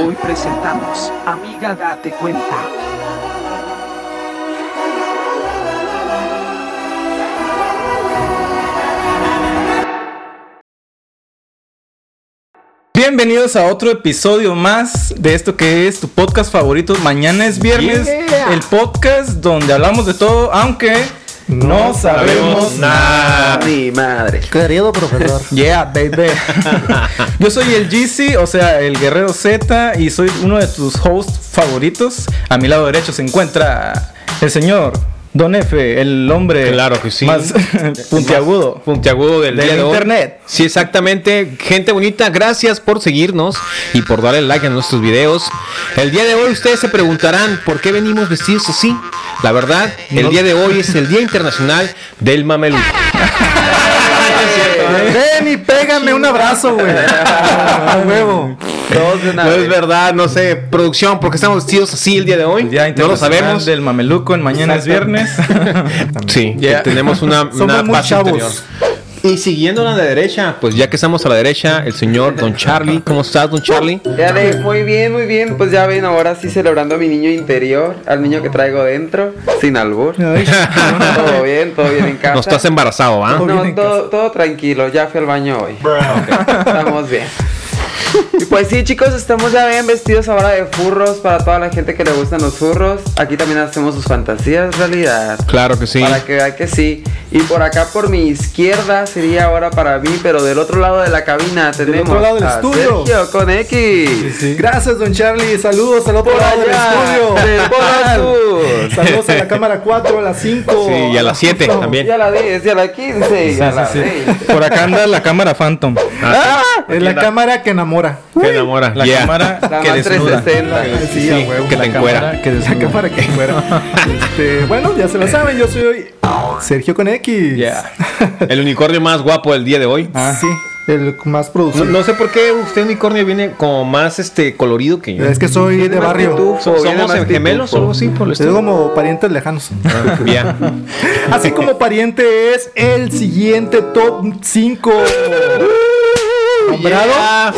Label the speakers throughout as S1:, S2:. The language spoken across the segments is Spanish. S1: Hoy presentamos, amiga, date cuenta.
S2: Bienvenidos a otro episodio más de esto que es tu podcast favorito. Mañana es viernes,
S1: Yeah.
S2: el podcast donde hablamos de todo, aunque no, sabemos nada.
S3: Mi madre.
S4: Querido profesor.
S2: Yeah, baby. Yo soy el GC, o sea, el Guerrero Z, y soy uno de tus hosts favoritos. A mi lado derecho se encuentra el señor Don F, el hombre
S5: Claro que sí.
S2: más puntiagudo.
S5: puntiagudo del,
S2: Del
S5: día de hoy.
S2: internet.
S5: Sí, exactamente. Gente bonita, gracias por seguirnos y por darle like a nuestros videos. El día de hoy ustedes se preguntarán por qué venimos vestidos así. La verdad, el día de hoy es el Día Internacional del Mameluco.
S4: Ven y pégame un abrazo, güey. A huevo.
S3: Dos de una
S5: No es
S3: vez.
S5: verdad, no sé, producción, ¿por qué estamos vestidos así el día de hoy?
S2: Ya
S5: no lo sabemos.
S2: Del mameluco en mañana es viernes.
S5: Sí,
S2: Ya.
S5: tenemos una,
S2: Somos
S5: una
S2: muy
S5: paz
S2: chavos.
S5: interior. Y siguiendo la de derecha, pues ya que estamos a la derecha, el señor Don Charlie. ¿Cómo estás, Don Charlie?
S3: Ya ve, muy bien, muy bien. Pues ya ven, ahora sí celebrando a mi niño interior, al niño que traigo dentro, sin albur. todo bien, todo bien en casa.
S5: No estás embarazado, ¿ah? ¿va?
S2: Todo bien en
S3: No, todo, todo tranquilo, ya fui al baño hoy. Estamos bien. Y pues sí, chicos, estamos ya bien vestidos ahora de furros para toda la gente que le gustan los furros. Aquí también hacemos sus fantasías realidad.
S5: Claro que sí.
S3: Para que vea que sí. Y por acá por mi izquierda sería ahora para mí, pero del otro lado de la cabina tenemos
S4: otro lado del
S3: a
S4: estudio.
S3: Sergio con X.
S4: Gracias, don Charlie. Saludos al otro
S3: Por
S4: lado del
S3: allá, del
S4: estudio.
S3: Polo Sur.
S4: Saludos a la cámara 4, a las 5.
S5: Sí, y a las 7
S3: Y
S5: también.
S3: a la 10, y a la 15, y a la 20.
S2: Por acá anda la cámara Phantom.
S4: Es la cámara que enamora.
S5: Que Ah, enamora.
S2: La
S5: Yeah.
S2: cámara
S3: La
S2: que
S3: más
S2: desnuda.
S3: 360.
S4: Sí, a huevo.
S5: que te
S2: La cámara
S5: encuera.
S2: que
S4: La
S2: desnuda.
S4: cámara que fuera. Este, bueno, ya se lo saben. Yo soy Sergio con X.
S2: Yeah.
S5: El unicornio más guapo del día de hoy.
S4: Ah, sí. El más producido.
S5: No, no sé por qué usted unicornio viene como más este colorido que yo.
S4: Es que soy de barrio.
S3: pitufo, viene
S5: ¿Somos
S3: más
S5: gemelos o algo así por el
S4: Soy
S5: estilo?
S4: como parientes lejanos.
S5: Ah, ya.
S4: Así como pariente es el siguiente top 5. Nombrado.
S5: Yeah.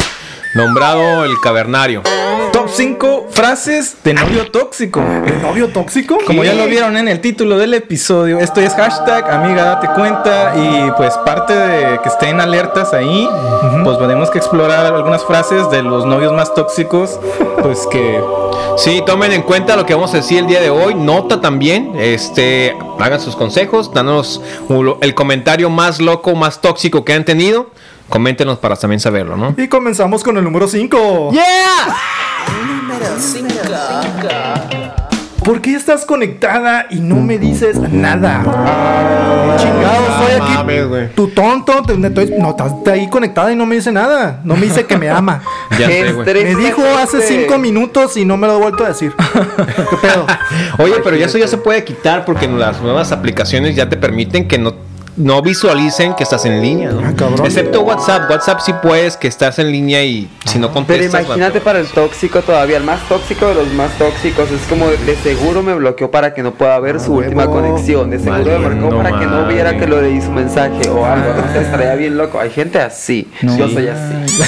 S5: Nombrado el cavernario.
S2: Top 5 frases de novio tóxico.
S4: ¿El novio tóxico?
S2: Como ya lo vieron en el título del episodio, esto es hashtag amiga date cuenta y pues parte de que estén alertas ahí, pues tenemos que explorar algunas frases de los novios más tóxicos, pues que
S5: Sí, tomen en cuenta lo que vamos a decir el día de hoy. Nota también, este, hagan sus consejos, danos un- el comentario más loco, más tóxico que han tenido. Coméntenos para también saberlo, ¿no?
S4: Y comenzamos con el número 5. ¿Por qué estás conectada y no me dices nada? Chingado, estoy aquí. tu tonto, te- me estoy- no, estás ahí conectada y no me dice nada. No me dice que me ama.
S5: Ya sé,
S3: Este,
S5: güey.
S4: Me dijo hace 5
S3: minutos.
S4: minutos y no me lo he vuelto a decir. ¿Qué pedo?
S5: Oye, pero ya eso ya se puede quitar porque las nuevas aplicaciones ya te permiten que no, no visualicen que estás en línea, ¿no?
S4: Ah, cabrón.
S5: Excepto WhatsApp. WhatsApp sí puedes que estás en línea y si no contestas.
S3: Pero imagínate para el tóxico todavía, el más tóxico de los más tóxicos. Es como de seguro me bloqueó para que no pueda ver su última
S4: huevo.
S3: conexión. De seguro me
S5: Valiendo
S3: marcó para que no
S5: madre.
S3: viera que lo leí su mensaje o algo. No sé, estaría bien loco. Hay gente así. Yo soy así.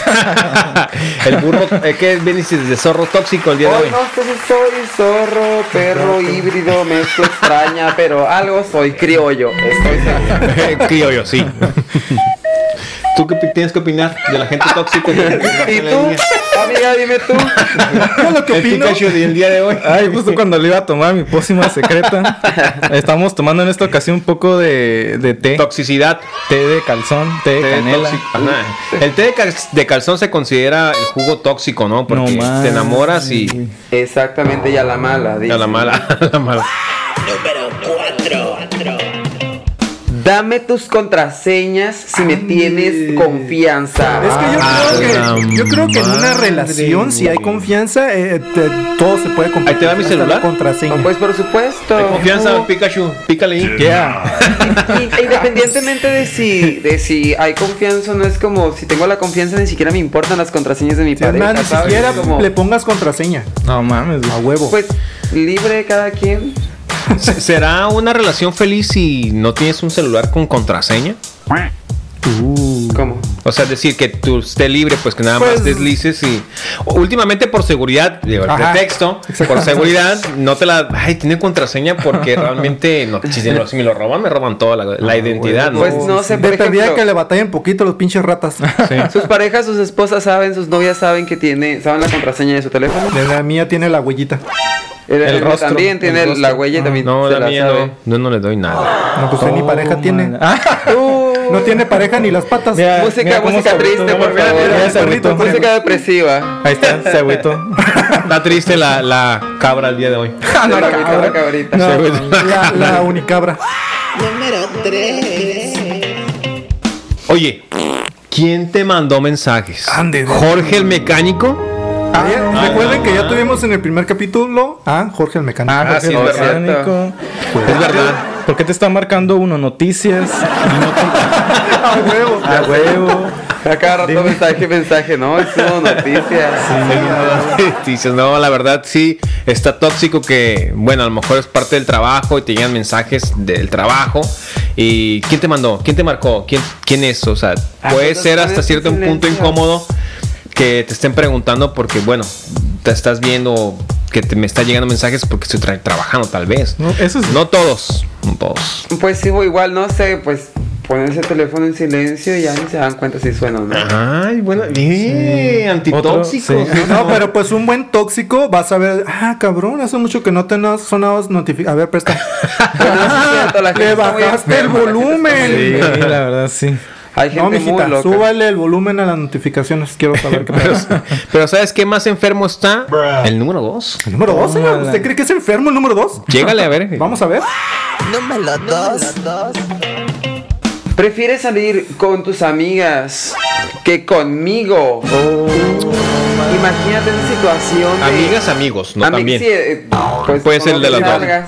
S5: el burro, eh, ¿qué vienes de zorro tóxico el día de
S3: Oh,
S5: hoy?
S3: no sé si soy zorro, perro híbrido, mezcla extraña, pero algo soy criollo. Estoy seguro.
S5: Criollo, sí. ¿Tú qué pi- tienes que opinar de la gente tóxica?
S3: ¿Y tú? Amiga, dime tú.
S4: Yo lo que
S5: El
S4: opino.
S5: Pikachu del día de hoy.
S2: Ay, justo cuando le iba a tomar mi pócima secreta, estamos tomando en esta ocasión un poco de, de té,
S5: Toxicidad.
S2: té de calzón, té de
S5: té
S2: canela.
S5: tóxico. Ajá. El té de, cal- de calzón se considera el jugo tóxico, ¿no? Porque
S2: No más.
S5: te enamoras y
S3: Exactamente, y a la mala.
S5: a la
S3: dice.
S5: mala, a la mala.
S3: Dame tus contraseñas si me tienes confianza.
S4: Es que yo
S5: Ah,
S4: creo
S5: la
S4: que, yo creo que en una
S5: madre,
S4: relación, si hay
S5: güey.
S4: confianza, eh, te- todo se puede compartir.
S5: Ahí te va mi
S4: hasta la
S5: celular.
S4: contraseña.
S3: Pues por supuesto.
S5: Confianza,
S3: Tú-
S5: Pikachu, pícale ahí.
S2: Yeah.
S3: y- Independientemente de si, de si hay confianza o no, es como si tengo la confianza, ni siquiera me importan las contraseñas de mi
S4: Si es más,
S3: pareja.
S4: ni
S3: ¿sabes?
S4: siquiera
S3: Como,
S4: le pongas contraseña.
S2: No mames,
S4: A
S2: güey.
S4: huevo.
S3: Pues libre cada quien.
S5: Se- ¿Será una relación feliz si no tienes un celular con contraseña?
S4: Uh.
S3: ¿Cómo?
S5: O sea, decir que tú esté libre, pues que nada
S4: Pues-
S5: más deslices y. Últimamente por seguridad, digo, el
S4: Ajá.
S5: pretexto, por seguridad, no te la. Ay, tiene contraseña porque realmente no, si, lo- si me lo roban, me roban toda la, la identidad, ¿no?
S3: Pues no sé, por
S4: Dependía
S3: ejemplo,
S4: que le batallen poquito los pinches ratas.
S3: sus parejas, sus esposas saben, sus novias saben que tiene, saben la contraseña de su teléfono.
S4: La mía tiene la huellita.
S3: El, el
S2: rostro,
S3: también
S2: el
S3: tiene
S2: rostro.
S3: la huella y también.
S5: Ah. No,
S3: Pues se
S5: la mía
S3: sabe.
S5: no. No, no le doy nada.
S4: No, pues
S2: Oh,
S4: ni pareja tiene.
S2: Ah,
S4: No tiene pareja ni las patas.
S2: mira,
S3: Música,
S2: mira cómo
S3: música
S2: se agüitó,
S3: triste,
S2: mira,
S3: por
S2: mira,
S3: favor.
S2: mira, se
S4: Perrito,
S2: agüitó.
S3: Música depresiva.
S2: Ahí está, se agüitó.
S5: Está triste la, la cabra el día de hoy.
S4: Ah,
S3: La cabrita, la cabrita.
S4: No,
S5: Se agüitó.
S4: la, la unicabra.
S5: Oye, ¿quién te mandó mensajes?
S4: Ande, de-
S5: ¿Jorge el mecánico?
S4: Ah, recuerden que ya tuvimos en el primer capítulo a Jorge el mecánico.
S2: Ah, Jorge
S3: sí,
S2: el
S3: es verdad.
S2: Mecánico.
S5: Es verdad.
S2: ¿Por qué te está marcando uno noticias?
S4: Ah, huevo.
S2: A huevo.
S3: A cada rato mensaje, mensaje, ¿no? Es una noticia.
S5: Dices, no, la verdad sí, está tóxico que, bueno, a lo mejor es parte del trabajo y te llegan mensajes del trabajo. ¿Y quién te mandó? ¿Quién te marcó? ¿Quién, quién es? O sea,
S3: Ah,
S5: puede
S3: entonces
S5: ser
S3: puede
S5: hasta
S3: ser
S5: cierto punto
S3: silencio.
S5: incómodo que te estén preguntando porque, bueno, te estás viendo que te, me está llegando mensajes porque estoy tra- trabajando tal vez.
S2: No, eso es-
S5: No pues, todos, no todos.
S3: Pues sí, o igual, no sé, pues ponerse el teléfono en silencio y ya ni se dan cuenta si suena o no.
S5: Ay, bueno, eh, antitóxicos.
S2: Otro, sí.
S4: No, pero pues un buen tóxico vas a ver. Ah, cabrón, hace mucho que no te han sonado notificaciones. A ver, presta.
S3: Pero no es cierto, la gente
S4: Le
S3: está muy
S4: bajaste el
S3: enferma, la gente
S2: Sí,
S4: volumen.
S2: la verdad, sí.
S3: Hay gente
S4: No,
S3: muy
S4: mijita,
S3: loca.
S4: súbale el volumen a las notificaciones. Quiero saber qué
S5: Pero,
S4: pasa.
S5: pero ¿sabes qué más enfermo está? El número 2.
S4: Número dos, señor. ¿Usted cree que es enfermo el número dos?
S5: Llégale a ver.
S4: Vamos a ver.
S3: Prefieres salir con tus amigas que conmigo. Imagínate esa situación. de-
S5: Amigas, amigos, no
S3: Ami-
S5: también.
S3: sí, eh, pues,
S5: Puede
S3: con
S5: ser
S3: lo
S5: de
S3: que
S5: las dos.
S3: salgas,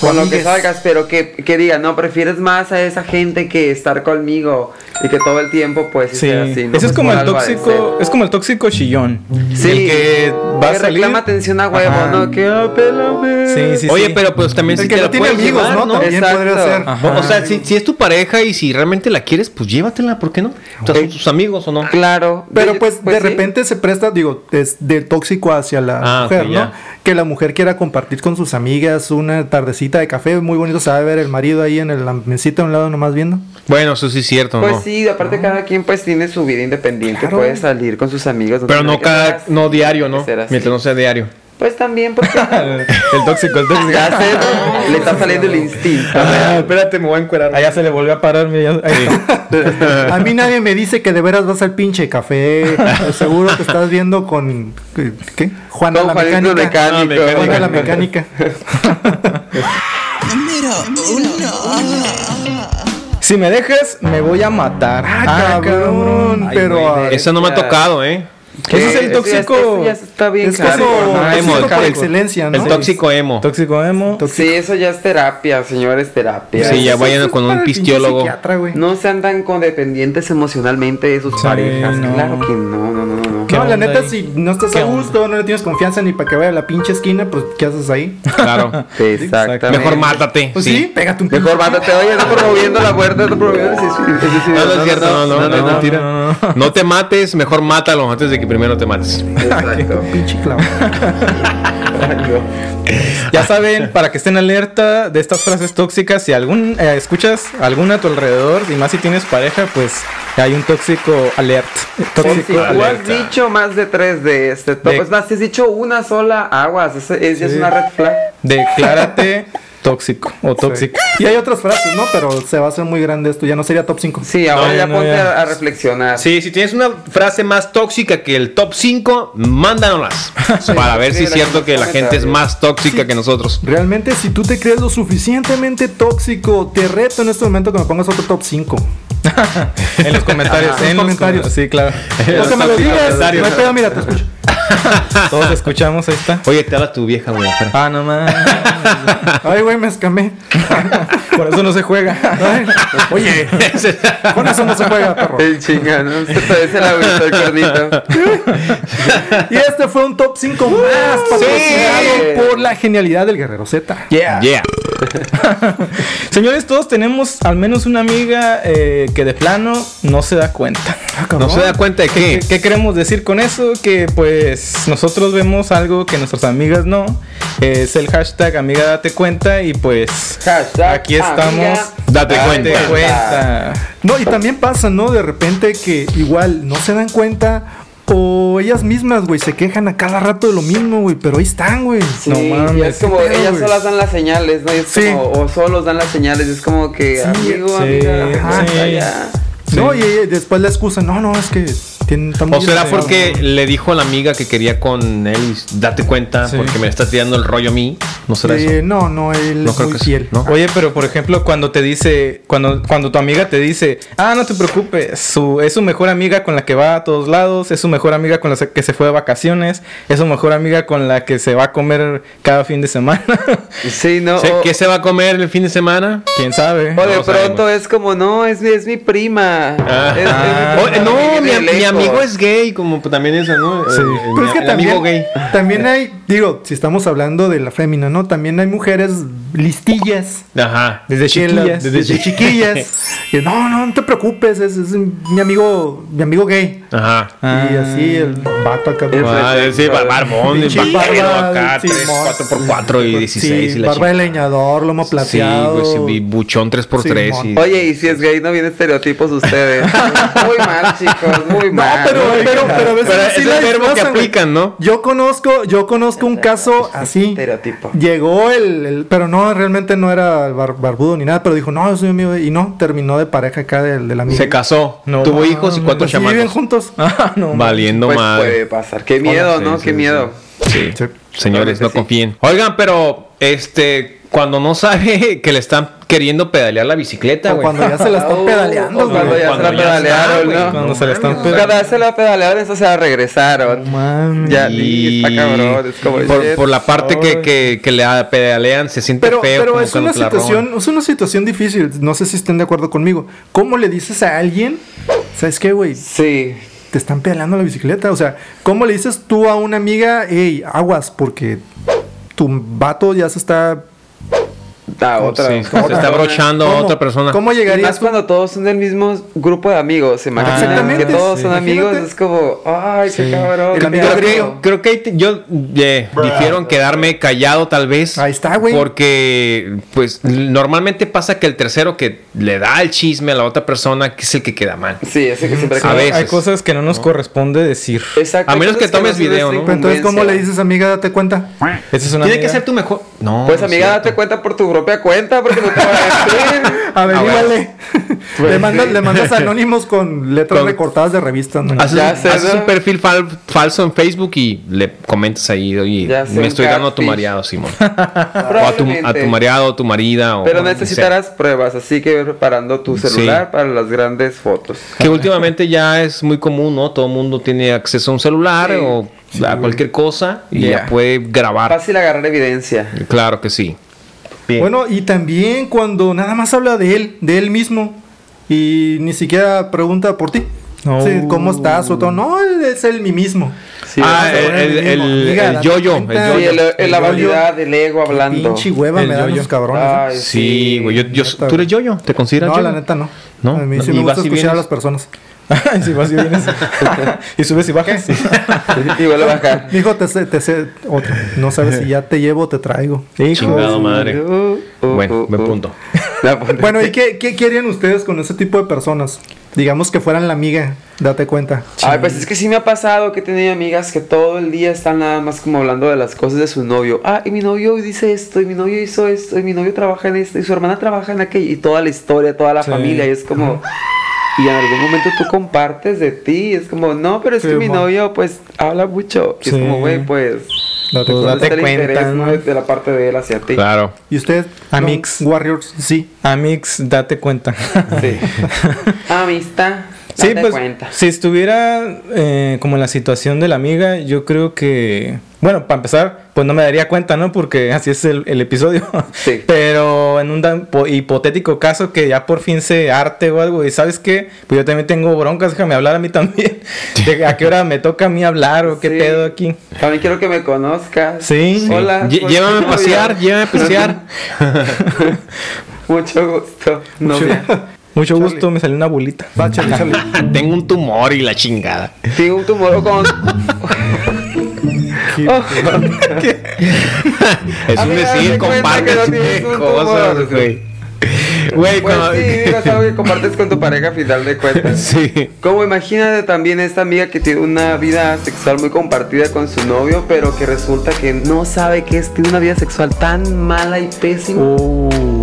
S3: Con lo que
S4: Amigues.
S3: salgas, pero que, que diga, no, prefieres más a esa gente que estar conmigo y que todo el tiempo, pues,
S2: Sí.
S3: esté así. ¿no?
S2: Ese
S3: Pues,
S2: es como
S3: por
S2: el
S3: algo ha de
S2: tóxico, es como el tóxico chillón.
S3: Sí.
S2: El que va
S3: ser. Que
S2: a salir.
S3: reclama atención a huevo,
S2: Ajá.
S3: ¿no? Que, ah, pélame.
S2: Sí, sí,
S5: Oye,
S2: sí.
S5: pero pues también
S4: El
S5: si
S4: que
S5: te
S4: no
S5: la
S4: tiene
S5: puedes
S4: amigos,
S5: llevar,
S4: ¿no?
S5: ¿no?
S4: También
S3: Exacto.
S4: podría ser.
S2: Ajá.
S5: O sea, si, si es tu pareja y si realmente la quieres, pues llévatela, ¿por qué no? O sea, son tus amigos o no.
S3: Claro.
S4: Pero pues, de
S3: sí.
S4: repente se presta, digo, es del tóxico hacia la
S5: Ah, ok,
S4: mujer, ¿no?
S5: ya.
S4: Que la mujer quiera compartir con sus amigas una tardecita de café, muy bonito, se va a ver el marido ahí en el, la mesita a un lado nomás viendo.
S5: Bueno, eso sí es cierto,
S3: Pues
S5: ¿no?
S3: sí, aparte cada quien pues tiene su vida independiente,
S4: Claro.
S3: puede salir con sus amigos.
S5: Pero
S3: tiene
S5: no
S3: que
S5: cada,
S3: estar-
S5: no diario, ¿no?
S3: ser así.
S5: Mientras no sea diario.
S3: Pues también porque
S2: el tóxico, el tóxico.
S3: ya se- le está saliendo el instinto.
S5: espérate, me voy a encuerar.
S2: Allá se le volvió a parar, mira, ya- ahí está.
S4: A mí nadie me dice que de veras vas al pinche café. Seguro que estás viendo con. ¿Qué? Juana
S3: Con
S4: la
S3: Juanito
S4: mecánica.
S3: mecánico.
S4: Juana la mecánica.
S2: Si me dejas, me voy a matar.
S4: Ah, cabrón.
S2: Ay,
S4: pero.
S2: güey.
S4: ah,
S5: Eso no me ha tocado, ¿eh?
S3: Que
S2: Ese es el
S3: eso ya-
S2: tóxico-
S3: eso ya está bien
S4: es
S3: caro.
S4: como-
S3: ¿no?
S5: Ah,
S4: tóxico
S5: emo,
S4: por
S5: caro.
S4: excelencia, ¿no?
S5: El tóxico emo.
S2: Tóxico emo.
S3: Sí, eso ya es terapia, señores, terapia.
S5: Sí, ya
S4: Eso
S5: vayan
S4: es
S5: con un
S4: para el pinche
S5: pistiólogo.
S4: psiquiatra, güey.
S3: No se andan codependientes emocionalmente de sus
S2: Sí,
S3: parejas.
S2: no.
S3: Claro que no, no, no, no, no.
S2: ¿Qué
S4: No, la
S2: onda
S4: neta,
S2: ahí?
S4: si no estás
S2: ¿Qué
S4: a
S2: onda?
S4: gusto, no le tienes confianza ni para que vaya a la pinche esquina, pues ¿qué haces ahí?
S5: Claro.
S3: Exactamente.
S5: Mejor mátate.
S4: Pues sí,
S5: sí.
S4: pégate un
S3: Mejor
S4: pinche-
S3: mátate. Oye, ando promoviendo la puerta, ando promoviendo. el suicidio. El suicidio.
S5: No, no es cierto, no, no, no,
S2: no,
S5: mentira.
S2: no, no.
S5: No te mates, mejor mátalo antes de que primero te mates.
S3: Exacto.
S4: Pinche clavo.
S2: Ya saben, para que estén alerta de estas frases tóxicas, si algún eh, escuchas alguna a tu alrededor, y más si tienes pareja, pues hay un tóxico alert.
S3: Pues, Si
S2: Tóxico
S3: tú has
S5: alerta.
S3: dicho más de tres de este top,
S2: De-
S3: es más, si has dicho una sola, aguas, es, es, es una red flag.
S2: Declárate tóxico o tóxico.
S4: Y hay otras frases, ¿no? Pero se va a hacer muy grande esto, ya no sería top 5.
S3: Sí, ahora
S2: No,
S3: ya
S2: no,
S3: ponte
S2: ya.
S3: A, a reflexionar.
S5: Sí, si tienes una frase más tóxica que el top 5, mándanoslas. Para ver si es cierto que la gente es más tóxica que nosotros.
S4: Realmente, si tú te crees lo suficientemente tóxico, te reto en este momento que me pongas otro top 5.
S2: En los comentarios.
S4: Ajá.
S2: en
S4: Los
S2: los
S4: comentarios.
S2: comentarios. Sí, claro.
S4: O que me lo
S5: tóxico,
S4: digas.
S5: necesario.
S4: No hay pedo, mira, te escucho.
S2: Todos escuchamos, ahí está.
S5: Oye, te habla tu vieja, güey. espera.
S2: Ah, no mames.
S4: Ay, güey, me escamé.
S2: Por eso no se juega.
S4: Ay, Oye, con eso no se juega, perro.
S3: El chinga, ¿no? Se parece a la abuelita del cuernito.
S4: Y este fue un top 5 más patrocinado
S3: Sí.
S4: por la genialidad del Guerrero Z.
S5: Yeah.
S2: Señores, Pues todos tenemos al menos una amiga eh, que de plano no se da cuenta.
S4: Ah,
S5: No se da cuenta de
S2: ¿Qué,
S5: qué.
S2: qué queremos decir con eso? Que pues nosotros vemos algo que nuestras amigas no. Es el hashtag amiga date cuenta y pues
S3: Hashtag
S2: aquí estamos.
S3: amiga
S5: Date cuenta.
S2: cuenta.
S4: No, y también pasa, ¿no? De repente que igual no se dan cuenta o ellas mismas, güey, se quejan a cada rato de lo mismo, güey, pero ahí están, güey.
S3: Sí,
S2: No
S3: y
S2: mames,
S3: es como
S4: qué pedo,
S3: ellas
S4: güey.
S3: solas dan las señales, ¿no? Y es
S4: Sí.
S3: como, o solos dan las señales, y es como que, amigo,
S2: sí,
S3: amiga,
S2: ajá,
S3: amiga,
S2: sí.
S3: ya.
S4: No, y, y después la excusa, no, no, es que tienen tan
S5: O será porque le dijo a la amiga que quería con él, y date cuenta,
S2: Sí.
S5: porque me está tirando el rollo a mí. No será eso.
S4: no, no, él
S5: No
S4: es
S5: creo
S4: muy
S5: que sí,
S4: fiel.
S5: ¿no?
S2: Oye, pero por ejemplo, cuando te dice, cuando, cuando tu amiga te dice, ah, no te preocupes, su, es su mejor amiga con la que va a todos lados, es su mejor amiga con la se- que se fue de vacaciones, es su mejor amiga con la que se va a comer cada fin de semana.
S3: Sí, no.
S5: Sé
S3: o-
S5: ¿Qué se va a comer el fin de semana?
S2: ¿Quién sabe?
S3: O de
S5: No
S3: pronto
S5: sabemos.
S3: es como, no, es mi, es mi prima.
S5: Ah.
S3: Es- es mi prima,
S2: Ah.
S5: Oh, eh, no,
S3: viene
S5: mi,
S3: de
S5: mi
S3: lejos.
S5: amigo es gay, como también eso, ¿no? Eh, eh,
S4: Pero es
S5: mi-
S4: que
S5: el amigo
S4: también,
S5: gay.
S4: también hay, digo, si estamos hablando de la fémina, ¿no? También hay mujeres listillas.
S5: Ajá.
S2: Desde
S4: que la-
S2: chiquillas.
S4: desde chiquillas. que, no, no, no te preocupes, es, es mi amigo, mi amigo gay.
S5: Ajá.
S2: Ah.
S4: Y así el vato acá.
S3: El
S5: Ah, sí,
S3: Perfecto.
S5: bar- barbón,
S4: Pinche
S5: vaquero
S4: barba,
S5: acá,
S4: sí,
S5: 3,
S4: mon.
S5: 4x4 y 16
S4: sí,
S5: y la
S4: barba de
S5: chingada.
S4: leñador, lomo
S5: Sí,
S4: plateado.
S5: güey, sí, vi buchón 3x3
S4: Sí,
S5: y...
S3: Oye, y si es gay, no vienen estereotipos ustedes. muy mal, chicos, muy
S4: no,
S3: mal.
S4: pero, pero, pero a veces
S5: Pero
S4: sí
S5: es
S4: la
S5: el verbo que
S4: disfrazan, güey.
S5: aplican, ¿no?
S4: Yo conozco, yo conozco un caso así.
S3: Estereotipo.
S4: Llegó el, el- pero no, realmente no era bar- barbudo ni nada, pero dijo, no, soy amigo. Y no, terminó de pareja acá del, del amigo.
S5: Se casó,
S2: No,
S5: tuvo hijos y
S2: no,
S5: cuatro
S4: Pues sí, viven
S5: chamacos.
S4: juntos.
S2: Ah, no.
S5: Valiendo
S3: pues
S5: madre.
S3: puede pasar. Qué miedo,
S5: sí,
S3: ¿no?
S5: sí,
S3: Qué
S5: sí.
S3: miedo.
S5: Sí.
S4: pues, Sí.
S5: Señores,
S3: Claro que
S5: no
S3: sí.
S5: confíen. Oigan, pero este cuando no sabe que le están queriendo pedalear la bicicleta,
S4: O
S5: güey.
S4: cuando ya se la
S3: Oh,
S4: están pedaleando,
S3: o cuando
S4: güey.
S3: ya se la
S5: Cuando ya está,
S3: pedalearon,
S5: güey,
S3: ¿no?
S2: Cuando se la están
S3: Cada vez se la pedalearon, eso se la regresaron.
S4: Mames.
S3: Ya, y está cabrón, es como
S5: por,
S3: shit.
S5: por la parte que, que, que le pedalean se siente
S4: Pero,
S5: feo.
S4: pero
S5: como
S4: es
S5: cuando
S4: una
S5: te la
S4: situación,
S5: roban.
S4: es una situación difícil. No sé si estén de acuerdo conmigo. ¿Cómo le dices a alguien? ¿Sabes qué, güey?
S3: Sí.
S4: Te están pedaleando la bicicleta. O sea, ¿cómo le dices tú a una amiga, hey, aguas, porque tu vato ya se está.
S3: Ah, otra.
S5: Sí,
S3: otra
S5: se está
S3: persona.
S5: brochando a
S4: ¿Cómo?
S5: otra persona.
S4: ¿Cómo
S3: Y
S4: llegarías
S3: más
S4: tú?
S3: cuando todos son del mismo grupo de
S5: Ah,
S3: amigos, ¿se imaginan?
S4: Exactamente,
S3: Que todos
S4: sí.
S3: son amigos,
S4: Imagínate.
S3: es como, ay, qué cabrón.
S4: El
S3: qué
S4: amigo
S3: pedo.
S4: grillo.
S5: Creo que ahí te- yo eh, difiero en quedarme callado tal vez.
S4: Ahí está, güey.
S5: Porque, pues, normalmente pasa que el tercero que le da el chisme a la otra persona que es el que queda mal.
S3: Sí, ese que siempre
S5: Sí, a veces.
S2: Hay cosas que no nos corresponde decir.
S3: Exacto,
S5: A menos que
S3: cosas
S5: tomes
S3: son
S5: video,
S3: nuestra
S5: ¿no?
S4: Pero entonces, ¿cómo le
S3: incumbencia.
S4: dices, amiga, date cuenta?
S2: Esa es una
S5: Tiene que
S2: amiga.
S5: ser tu mejor. No.
S3: Pues
S5: no es
S3: amiga,
S5: cierto.
S3: date cuenta por tu propia cuenta, porque no te van a decir.
S5: Ah,
S4: Averígale.
S3: Pues
S4: le, mandas,
S3: sí.
S4: le mandas anónimos con letras
S5: Con-
S4: recortadas de revistas. ¿no?
S5: Haces,
S3: Ya
S5: un-
S3: sé,
S5: haces
S3: ¿no?
S5: un perfil fal- falso en Facebook y le comentas ahí, oye,
S3: Ya sé,
S5: me
S3: un
S5: estoy dando a tu
S3: catfish".
S5: marido, Simón. o a tu, a tu
S3: Probablemente.
S5: marido, o tu marida. O,
S3: Pero
S5: o lo que
S3: necesitarás pruebas, así que ve preparando tu
S5: Sí.
S3: celular para las grandes fotos.
S5: sea. Que últimamente ya es muy común, ¿no? Todo el mundo tiene acceso a un celular
S3: Sí.
S5: o a cualquier cosa y
S2: Yeah.
S5: ya puede grabar.
S3: Fácil agarrar evidencia.
S5: Claro que Ah. sí. Bien.
S4: Bueno, y también cuando nada más habla de él, de él mismo, y ni siquiera pregunta por ti.
S2: No.
S4: Sí, ¿Cómo estás? O todo. No, él es el mi mismo.
S3: Sí,
S5: ah,
S4: vas a
S5: el,
S4: poner
S5: el,
S4: el mismo.
S5: el-
S4: Amiga,
S5: el
S4: date
S5: yo-yo. el
S4: cuenta.
S5: yo-yo.
S3: Sí, el- el-
S4: El
S3: la
S4: yo-yo.
S3: vanidad del ego hablando. Ah,
S4: Pinche hueva
S2: El
S4: me dan
S2: yo-yo.
S4: los cabrones. ¿eh?
S3: Ay,
S5: Sí, güey. yo- yo-
S4: Neta,
S5: ¿Tú eres yo-yo? ¿Te
S4: ¿eh?
S5: consideras
S4: No,
S5: yo-yo?
S4: la neta no.
S5: No,
S4: A mí sí
S5: y
S4: me
S5: vas
S4: gusta
S5: y
S4: escuchar a
S5: vienes.
S4: las personas.
S2: Ay, si vas y vienes. y subes y bajas.
S3: Y vuelve a bajar.
S4: Dijo, te sé, te sé, otro. No sabes si ya te llevo o te traigo.
S5: Chingado madre.
S3: Uh, uh,
S5: Bueno,
S3: uh,
S5: buen
S3: uh.
S5: punto.
S3: La punta.
S4: Bueno, ¿y qué, qué querían ustedes con ese tipo de personas? Digamos que fueran la amiga, date cuenta.
S3: Ay, pues es que sí me ha pasado que he tenido amigas que todo el día están nada más como hablando de las cosas de su novio. Ah, y mi novio dice esto, y mi novio hizo esto, y mi novio trabaja en esto, y su hermana trabaja en aquello, y toda la historia, toda la
S2: Sí.
S3: familia, y es como... Y en algún momento tú compartes de ti, y es como, no, pero es que
S4: Sí,
S3: mi
S4: mo.
S3: novio pues habla mucho. Y es
S2: Sí.
S3: como, güey, pues...
S4: Date
S2: Pues
S3: ¿dónde
S2: date
S3: está el
S2: cuenta,
S3: interés,
S2: ¿no?
S3: ¿no? de la parte de él hacia ti?
S5: Claro.
S4: ¿Y ustedes?
S2: Amix. Ah,
S4: No, Warriors, sí.
S2: Amix, date cuenta.
S3: Sí. Amistad.
S2: Sí,
S3: Date
S2: pues
S3: cuenta.
S2: si estuviera eh, como en la situación de la amiga, yo creo que, bueno, para empezar, pues no me daría cuenta, ¿no? Porque así es el, el episodio.
S3: Sí.
S2: Pero en un dan- po- hipotético caso que ya por fin se arte o algo, y sabes qué, pues yo también tengo broncas, déjame hablar a mí también. De ¿A qué hora me toca a mí hablar o qué
S3: Sí.
S2: pedo aquí?
S3: También quiero que me conozcas.
S2: Sí.
S3: Hola.
S5: Lle-
S3: soy
S5: Llévame
S3: tu
S5: a pasear,
S3: novia.
S5: llévame a pasear.
S3: Mucho gusto. Novia.
S2: Mucho gusto, me salió una bolita.
S4: Va, chale, chale.
S5: Tengo un tumor y la chingada.
S3: Tengo un tumor con. Oh, pues
S5: Es un
S3: Amiga,
S5: decir,
S3: date cuenta
S5: comparte
S3: que no tienes un tumor.
S5: cosas, güey. Güey,
S3: Pues
S5: cuando-
S3: sí, digo, es algo que compartes con tu pareja a final de cuentas.
S5: Sí.
S3: Como imagínate también esta amiga que tiene una vida sexual muy compartida con su novio, pero que resulta que no sabe que es, tiene una vida sexual tan mala y pésima.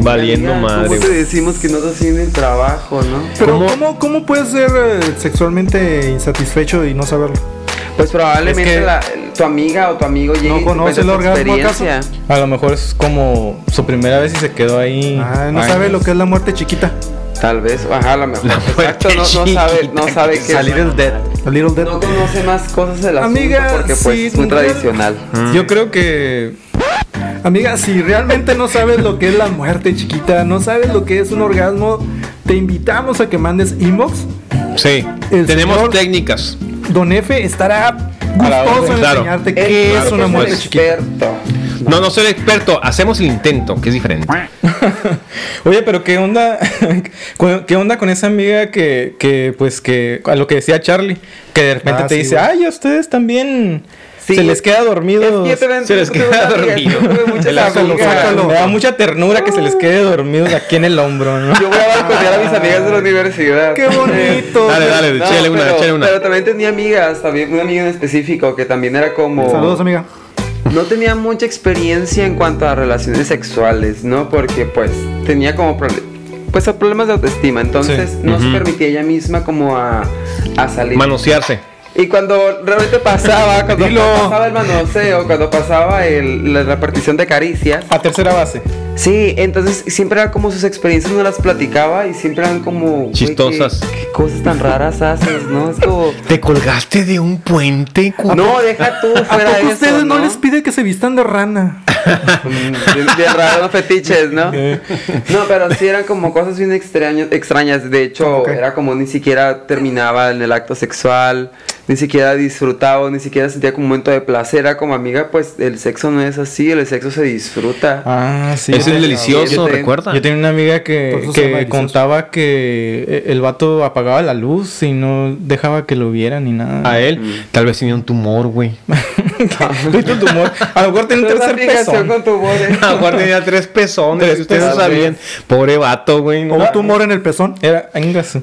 S5: Valiendo
S3: Amiga,
S5: madre.
S3: ¿Cómo te
S5: güey.
S3: decimos que no te hacen el trabajo, no?
S4: Pero
S5: ¿Cómo?
S4: ¿cómo? ¿cómo, puedes ser eh, sexualmente insatisfecho y no saberlo?
S3: Pues probablemente
S2: Es que-
S3: la- el- tu amiga o tu amigo llegue y te
S4: conoce
S3: cuente
S4: el
S3: su
S4: orgasmo,
S3: experiencia.
S2: A lo mejor es como su primera vez y se quedó ahí.
S4: Ah, no
S2: años.
S4: sabe lo que es la muerte chiquita.
S3: Tal vez, ajá, a lo mejor.
S5: muerte
S3: Exacto, no, no sabe, no
S5: chiquita
S3: sabe
S5: que
S3: qué es.
S2: Salir del dead.
S4: A little dead.
S3: No conoce más cosas de la
S4: Amiga,
S3: amiga porque pues
S4: sí,
S3: es muy
S4: no-
S3: tradicional.
S4: Mm.
S2: Yo creo que
S4: Amiga, si realmente no sabes lo que es la muerte chiquita, no sabes lo que es un orgasmo, te invitamos a que mandes inbox.
S5: Sí.
S4: El
S5: Tenemos
S4: señor-
S5: técnicas.
S4: Don F estará
S5: la
S4: gustoso
S5: orden,
S4: en
S5: claro.
S4: enseñarte
S3: Él
S4: qué
S3: creo
S4: es
S3: que
S4: una
S3: un
S4: muerte chiquita.
S3: experto.
S5: No, no soy el experto. Hacemos el intento, que es diferente.
S2: Oye, pero qué onda, con- qué onda con esa amiga que, que, pues que, a lo que decía Charlie, que de repente
S4: Ah,
S2: te
S4: sí,
S2: dice,
S4: güey.
S2: ay, a ustedes también
S3: Sí.
S2: se les queda dormido.
S3: Es que yo también
S5: Se les
S3: tuve
S5: queda
S3: una amiga,
S5: dormido.
S3: yo tuve muchas
S5: El ácido
S3: amigas.
S2: Me da mucha ternura que se les quede dormido aquí en el hombro, ¿no?
S3: Yo voy a balconear a mis amigas de la universidad.
S4: Qué bonito.
S5: Dale, dale,
S3: No,
S5: échale una,
S3: pero,
S5: échale una.
S3: pero también tenía amigas, también una amiga en específico que también era como...
S4: Saludos, amiga.
S3: no tenía mucha experiencia en cuanto a relaciones sexuales, ¿no? Porque pues tenía como proble- pues problemas de autoestima, entonces
S2: Sí.
S3: no se
S5: Ujú.
S3: permitía ella misma como a, a salir.
S5: Manosearse.
S3: y cuando realmente pasaba, cuando
S2: Dilo.
S3: pasaba el manoseo, cuando pasaba el- la repartición de caricias,
S2: A tercera base.
S3: Sí, entonces siempre era como sus experiencias no las platicaba y siempre eran como güey,
S5: Chistosas.
S3: ¿qué, qué cosas tan raras haces, ¿no? Es como
S5: ¿Te colgaste de un puente?
S3: Ah, no, deja tú
S4: ¿A
S3: fuera de
S4: poco
S3: eso,
S4: ustedes no
S3: ¿no?
S4: les pide que se vistan de rana?
S3: de, de raros fetiches, ¿no? No, pero sí eran como cosas bien extrañas, extrañas. De hecho,
S4: Ok.
S3: era como ni siquiera terminaba en el acto sexual, ni siquiera disfrutaba, ni siquiera sentía como un momento de placer. Era como amiga, pues el sexo no es así, el sexo se disfruta.
S2: Ah, sí.
S5: Ese es
S2: yo
S5: el
S2: te-
S3: yo
S5: delicioso,
S3: te-
S5: recuerda.
S2: Yo tenía una amiga
S4: Por
S2: que,
S4: eso se llama
S2: que
S4: delicioso.
S2: contaba que eh, el vato apagaba la luz y no dejaba que lo vieran ni nada.
S5: A él, tal vez tenía un tumor, güey.
S2: Tuviste un tumor. A lo mejor tenía un
S3: Esa
S2: tercer
S3: fijación
S2: pezón.
S3: con tu ¿eh? bode.
S4: Ah,
S5: Ah, A lo mejor tenía tres pezones.
S2: Tres
S5: si ustedes no
S2: pezones.
S5: sabían. Pobre vato, güey. no.
S4: ¿O un tumor en el pezón?
S2: Era, ingas.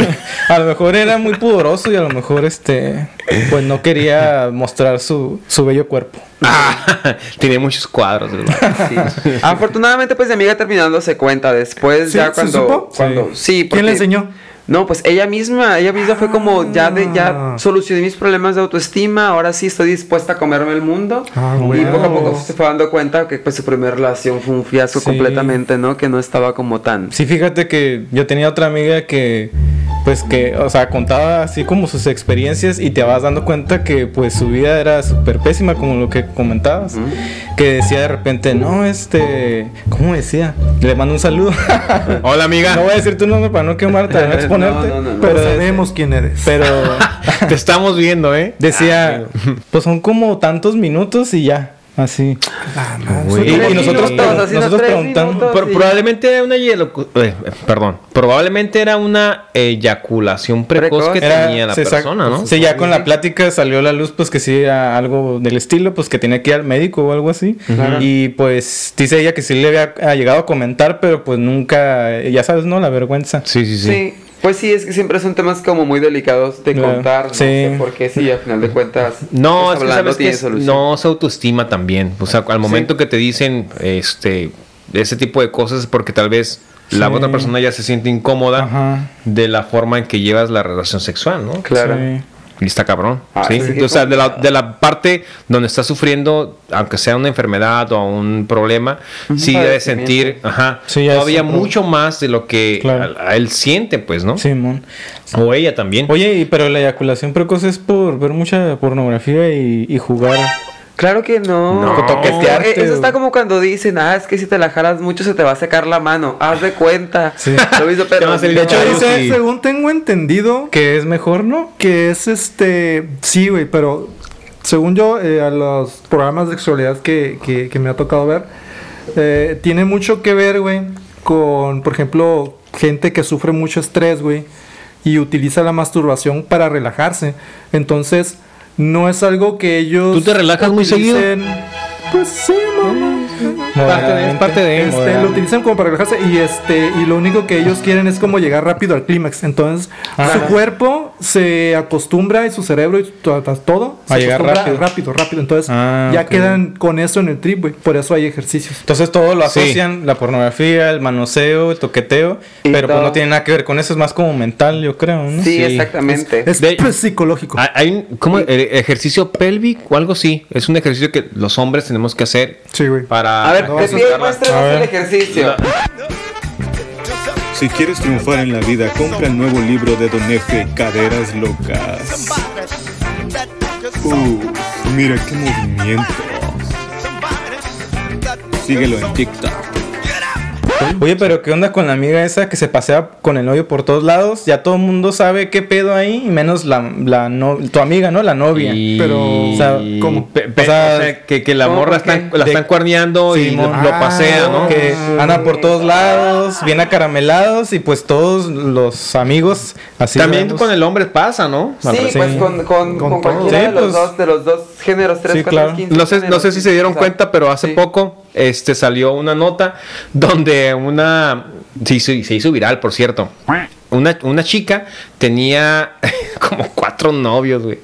S2: a lo mejor era muy pudoroso y a lo mejor este pues no quería mostrar su, su bello cuerpo.
S5: Ah, tenía muchos cuadros. el vato.
S3: Sí. Afortunadamente, pues mi amiga terminándose cuenta después,
S4: ¿Sí?
S3: ya
S4: ¿Se
S3: cuando.
S4: supo?
S3: cuando
S2: Sí.
S3: sí. porque-
S4: ¿Quién le enseñó?
S3: No, pues ella misma, ella misma fue como ya de ya solucioné mis problemas de autoestima, ahora sí estoy dispuesta a comerme el mundo.
S4: Ah,
S3: y
S4: bueno.
S3: poco a poco se fue dando cuenta que pues su primera relación fue un fiasco
S2: Sí.
S3: completamente, ¿no? Que no estaba como tan.
S2: Sí, fíjate que yo tenía otra amiga que pues que, o sea, contaba así como sus experiencias y te vas dando cuenta que pues su vida era súper pésima, como lo que comentabas. Que decía de repente, no, este, ¿cómo decía? Le mando un saludo.
S5: Hola, amiga.
S2: no eh. voy a decir tu nombre para no quemarte, para no exponerte.
S3: No, no, no, no.
S4: Pero
S2: Pero,
S4: sabemos quién eres.
S2: pero
S5: Te estamos viendo, ¿eh?
S2: Decía, pues son como tantos minutos y ya, así.
S4: Ah, no,
S5: Güey.
S4: eso-
S2: Y,
S5: Tres
S2: y nosotros,
S5: minutos,
S2: pregun-
S3: así no,
S2: nosotros
S3: tres
S2: preguntando.
S3: minutos.
S5: Pro-
S3: Sí.
S5: Probablemente era una hielo- eh, perdón, probablemente era una eyaculación precoz,
S3: Precoz.
S5: que
S2: Era-
S5: tenía la
S2: se sa-
S5: persona, ¿no?
S2: Sí, ya con la plática salió a la luz, pues que sí era algo del estilo, pues que tenía que ir al médico o algo así. Y pues dice ella que sí le había ha llegado a comentar, pero pues nunca, eh, ya sabes, ¿no? La vergüenza.
S5: Sí, sí,
S3: Sí.
S5: sí.
S3: Pues sí, es que siempre son temas como muy delicados de
S2: Eh,
S3: contar, no
S2: sí.
S3: sé por qué sí, al final de cuentas.
S5: No,
S3: pues,
S5: es que
S3: hablando
S5: sabes que
S3: tiene
S5: es-
S3: solución.
S5: no se autoestima también. O sea, al momento que te dicen este ese tipo de cosas es porque tal vez la
S2: Sí.
S5: otra persona ya se siente incómoda
S2: Ajá.
S5: de la forma en que llevas la relación sexual, ¿no?
S3: Claro.
S2: Sí.
S5: Y está cabrón.
S3: Ah,
S5: ¿sí?
S3: sí.
S5: O sea, de la, de la parte donde está sufriendo, aunque sea una enfermedad o un problema, sí debe
S3: padecimiento.
S5: sentir ajá,
S2: Sí, ya es
S5: todavía
S2: un pro-
S5: mucho más de lo que
S2: Claro.
S5: a- a él siente, pues, ¿no?
S2: Simón.
S5: O ella también.
S2: Oye, y- pero la eyaculación precoz es por ver mucha pornografía y, y jugar.
S3: Claro que no.
S5: No.
S3: Coquetearte,
S2: Coquetearte,
S3: eh, Eso está
S2: güey.
S3: como cuando dicen, ah, es que si te la jalas mucho se te va a secar la mano. Haz de cuenta.
S2: Sí.
S3: Lo hizo
S5: Te
S3: pero
S5: va a salir
S3: no.
S5: de hecho,
S4: Pero
S5: Claro,
S4: dice,
S5: sí.
S4: según tengo entendido,
S2: Que es mejor, ¿no?
S4: que es este. Sí, güey, pero según yo, eh, a los programas de sexualidad que, que, que me ha tocado ver, eh, tiene mucho que ver, güey, con, por ejemplo, gente que sufre mucho estrés, güey, y utiliza la masturbación para relajarse. Entonces, no es algo que ellos.
S5: ¿Tú te relajas muy seguido?
S4: utilicen- Pues sí, no.
S5: Parte de- es parte de-
S4: Este, lo
S2: Moderadamente.
S4: utilizan como para relajarse y este y lo único que ellos quieren es como llegar rápido al clímax. Entonces, su cuerpo se acostumbra y su cerebro y to- to- todo
S2: A
S4: se
S2: llegar
S4: acostumbra rápido,
S2: rápido.
S4: rápido. Entonces,
S2: Ah,
S4: ya
S2: ok.
S4: quedan con eso en el trip, güey. Por eso hay ejercicios.
S2: Entonces todo lo
S5: Sí.
S2: asocian, la pornografía, el manoseo, el toqueteo,
S3: Y
S2: pero pues
S3: todo.
S2: no tiene nada que ver con eso, es más como mental, yo creo, ¿no?
S3: Sí,
S5: Sí.
S3: exactamente.
S4: Es
S5: De- Ah,
S4: pues, psicológico.
S5: Hay- Hay un ¿cómo? El ejercicio pélvico o algo así. Es un ejercicio que los hombres tenemos que hacer
S4: Sí, güey.
S5: para.
S3: a ver,
S4: no,
S3: te
S4: eso
S3: pido
S5: está-
S2: a
S3: muéstranos
S2: ver.
S3: el ejercicio.
S6: Si quieres triunfar en la vida, compra el nuevo libro de Don Efe, Caderas Locas. Uf, mira qué movimiento. Síguelo en TikTok.
S2: Oye, pero ¿qué onda con la amiga esa que se pasea con el novio por todos lados? Ya todo el mundo sabe qué pedo ahí, y menos la, la no- tu amiga, ¿no? La novia.
S5: Y-
S4: Pero,
S2: o sea,
S4: ¿cómo?
S5: Pe- pe-
S2: O sea,
S5: o sea, que, que la
S3: ¿cómo?
S5: morra
S3: ¿Por
S5: están-
S3: qué?
S5: la
S2: De-
S5: están cuerneando y lo,
S2: Simón.
S5: lo pasea, ¿no?
S4: Ah,
S2: Que anda por todos lados, bien acaramelados y pues todos los amigos así.
S5: También
S2: raros.
S5: con el hombre pasa, ¿no?
S3: Sí,
S2: Sí.
S3: pues con, con, con
S4: Con
S3: cualquiera
S2: todo.
S3: de
S2: Sí,
S3: los
S2: pues.
S3: dos, de los dos géneros, tres,
S2: Sí,
S3: cuatro,
S2: claro.
S3: quince
S5: No sé, no
S3: géneros,
S5: sé si
S3: sí,
S5: se dieron
S3: o sea,
S5: cuenta, pero hace
S3: sí.
S5: poco este, salió una nota donde una... Se hizo, se hizo viral, por cierto. Una, una chica tenía como cuatro novios, güey.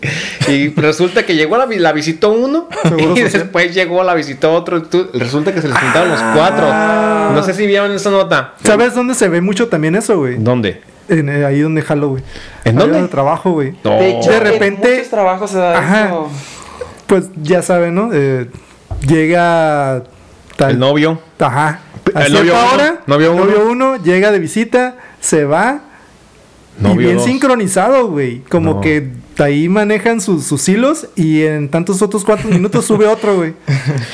S5: Y resulta que llegó, a la, vi- la visitó uno
S4: Seguro
S5: y
S4: social. Ah.
S5: después llegó, la visitó otro. y tú- resulta que se les juntaron los cuatro. No sé si vieron esa nota.
S4: ¿Sabes dónde se ve mucho también eso, güey?
S5: ¿Dónde?
S4: En, eh, ahí donde jalo, güey.
S5: ¿En
S4: Ahí
S5: dónde?
S4: donde trabajo, güey.
S5: No.
S3: De hecho,
S4: De
S3: en
S4: repente-
S3: muchos trabajos se da
S4: Ajá.
S3: eso.
S4: Pues ya saben, ¿no? Eh, llega tal
S5: El novio.
S4: Ajá. A
S5: El novio
S4: cierta
S5: eh, uno,
S4: hora,
S5: novio uno.
S4: novio uno llega de visita, se va. y
S5: Novio
S4: bien
S5: dos.
S4: sincronizado, güey. Como
S5: No.
S4: que ahí manejan sus, sus hilos y en tantos otros cuatro minutos sube otro, güey.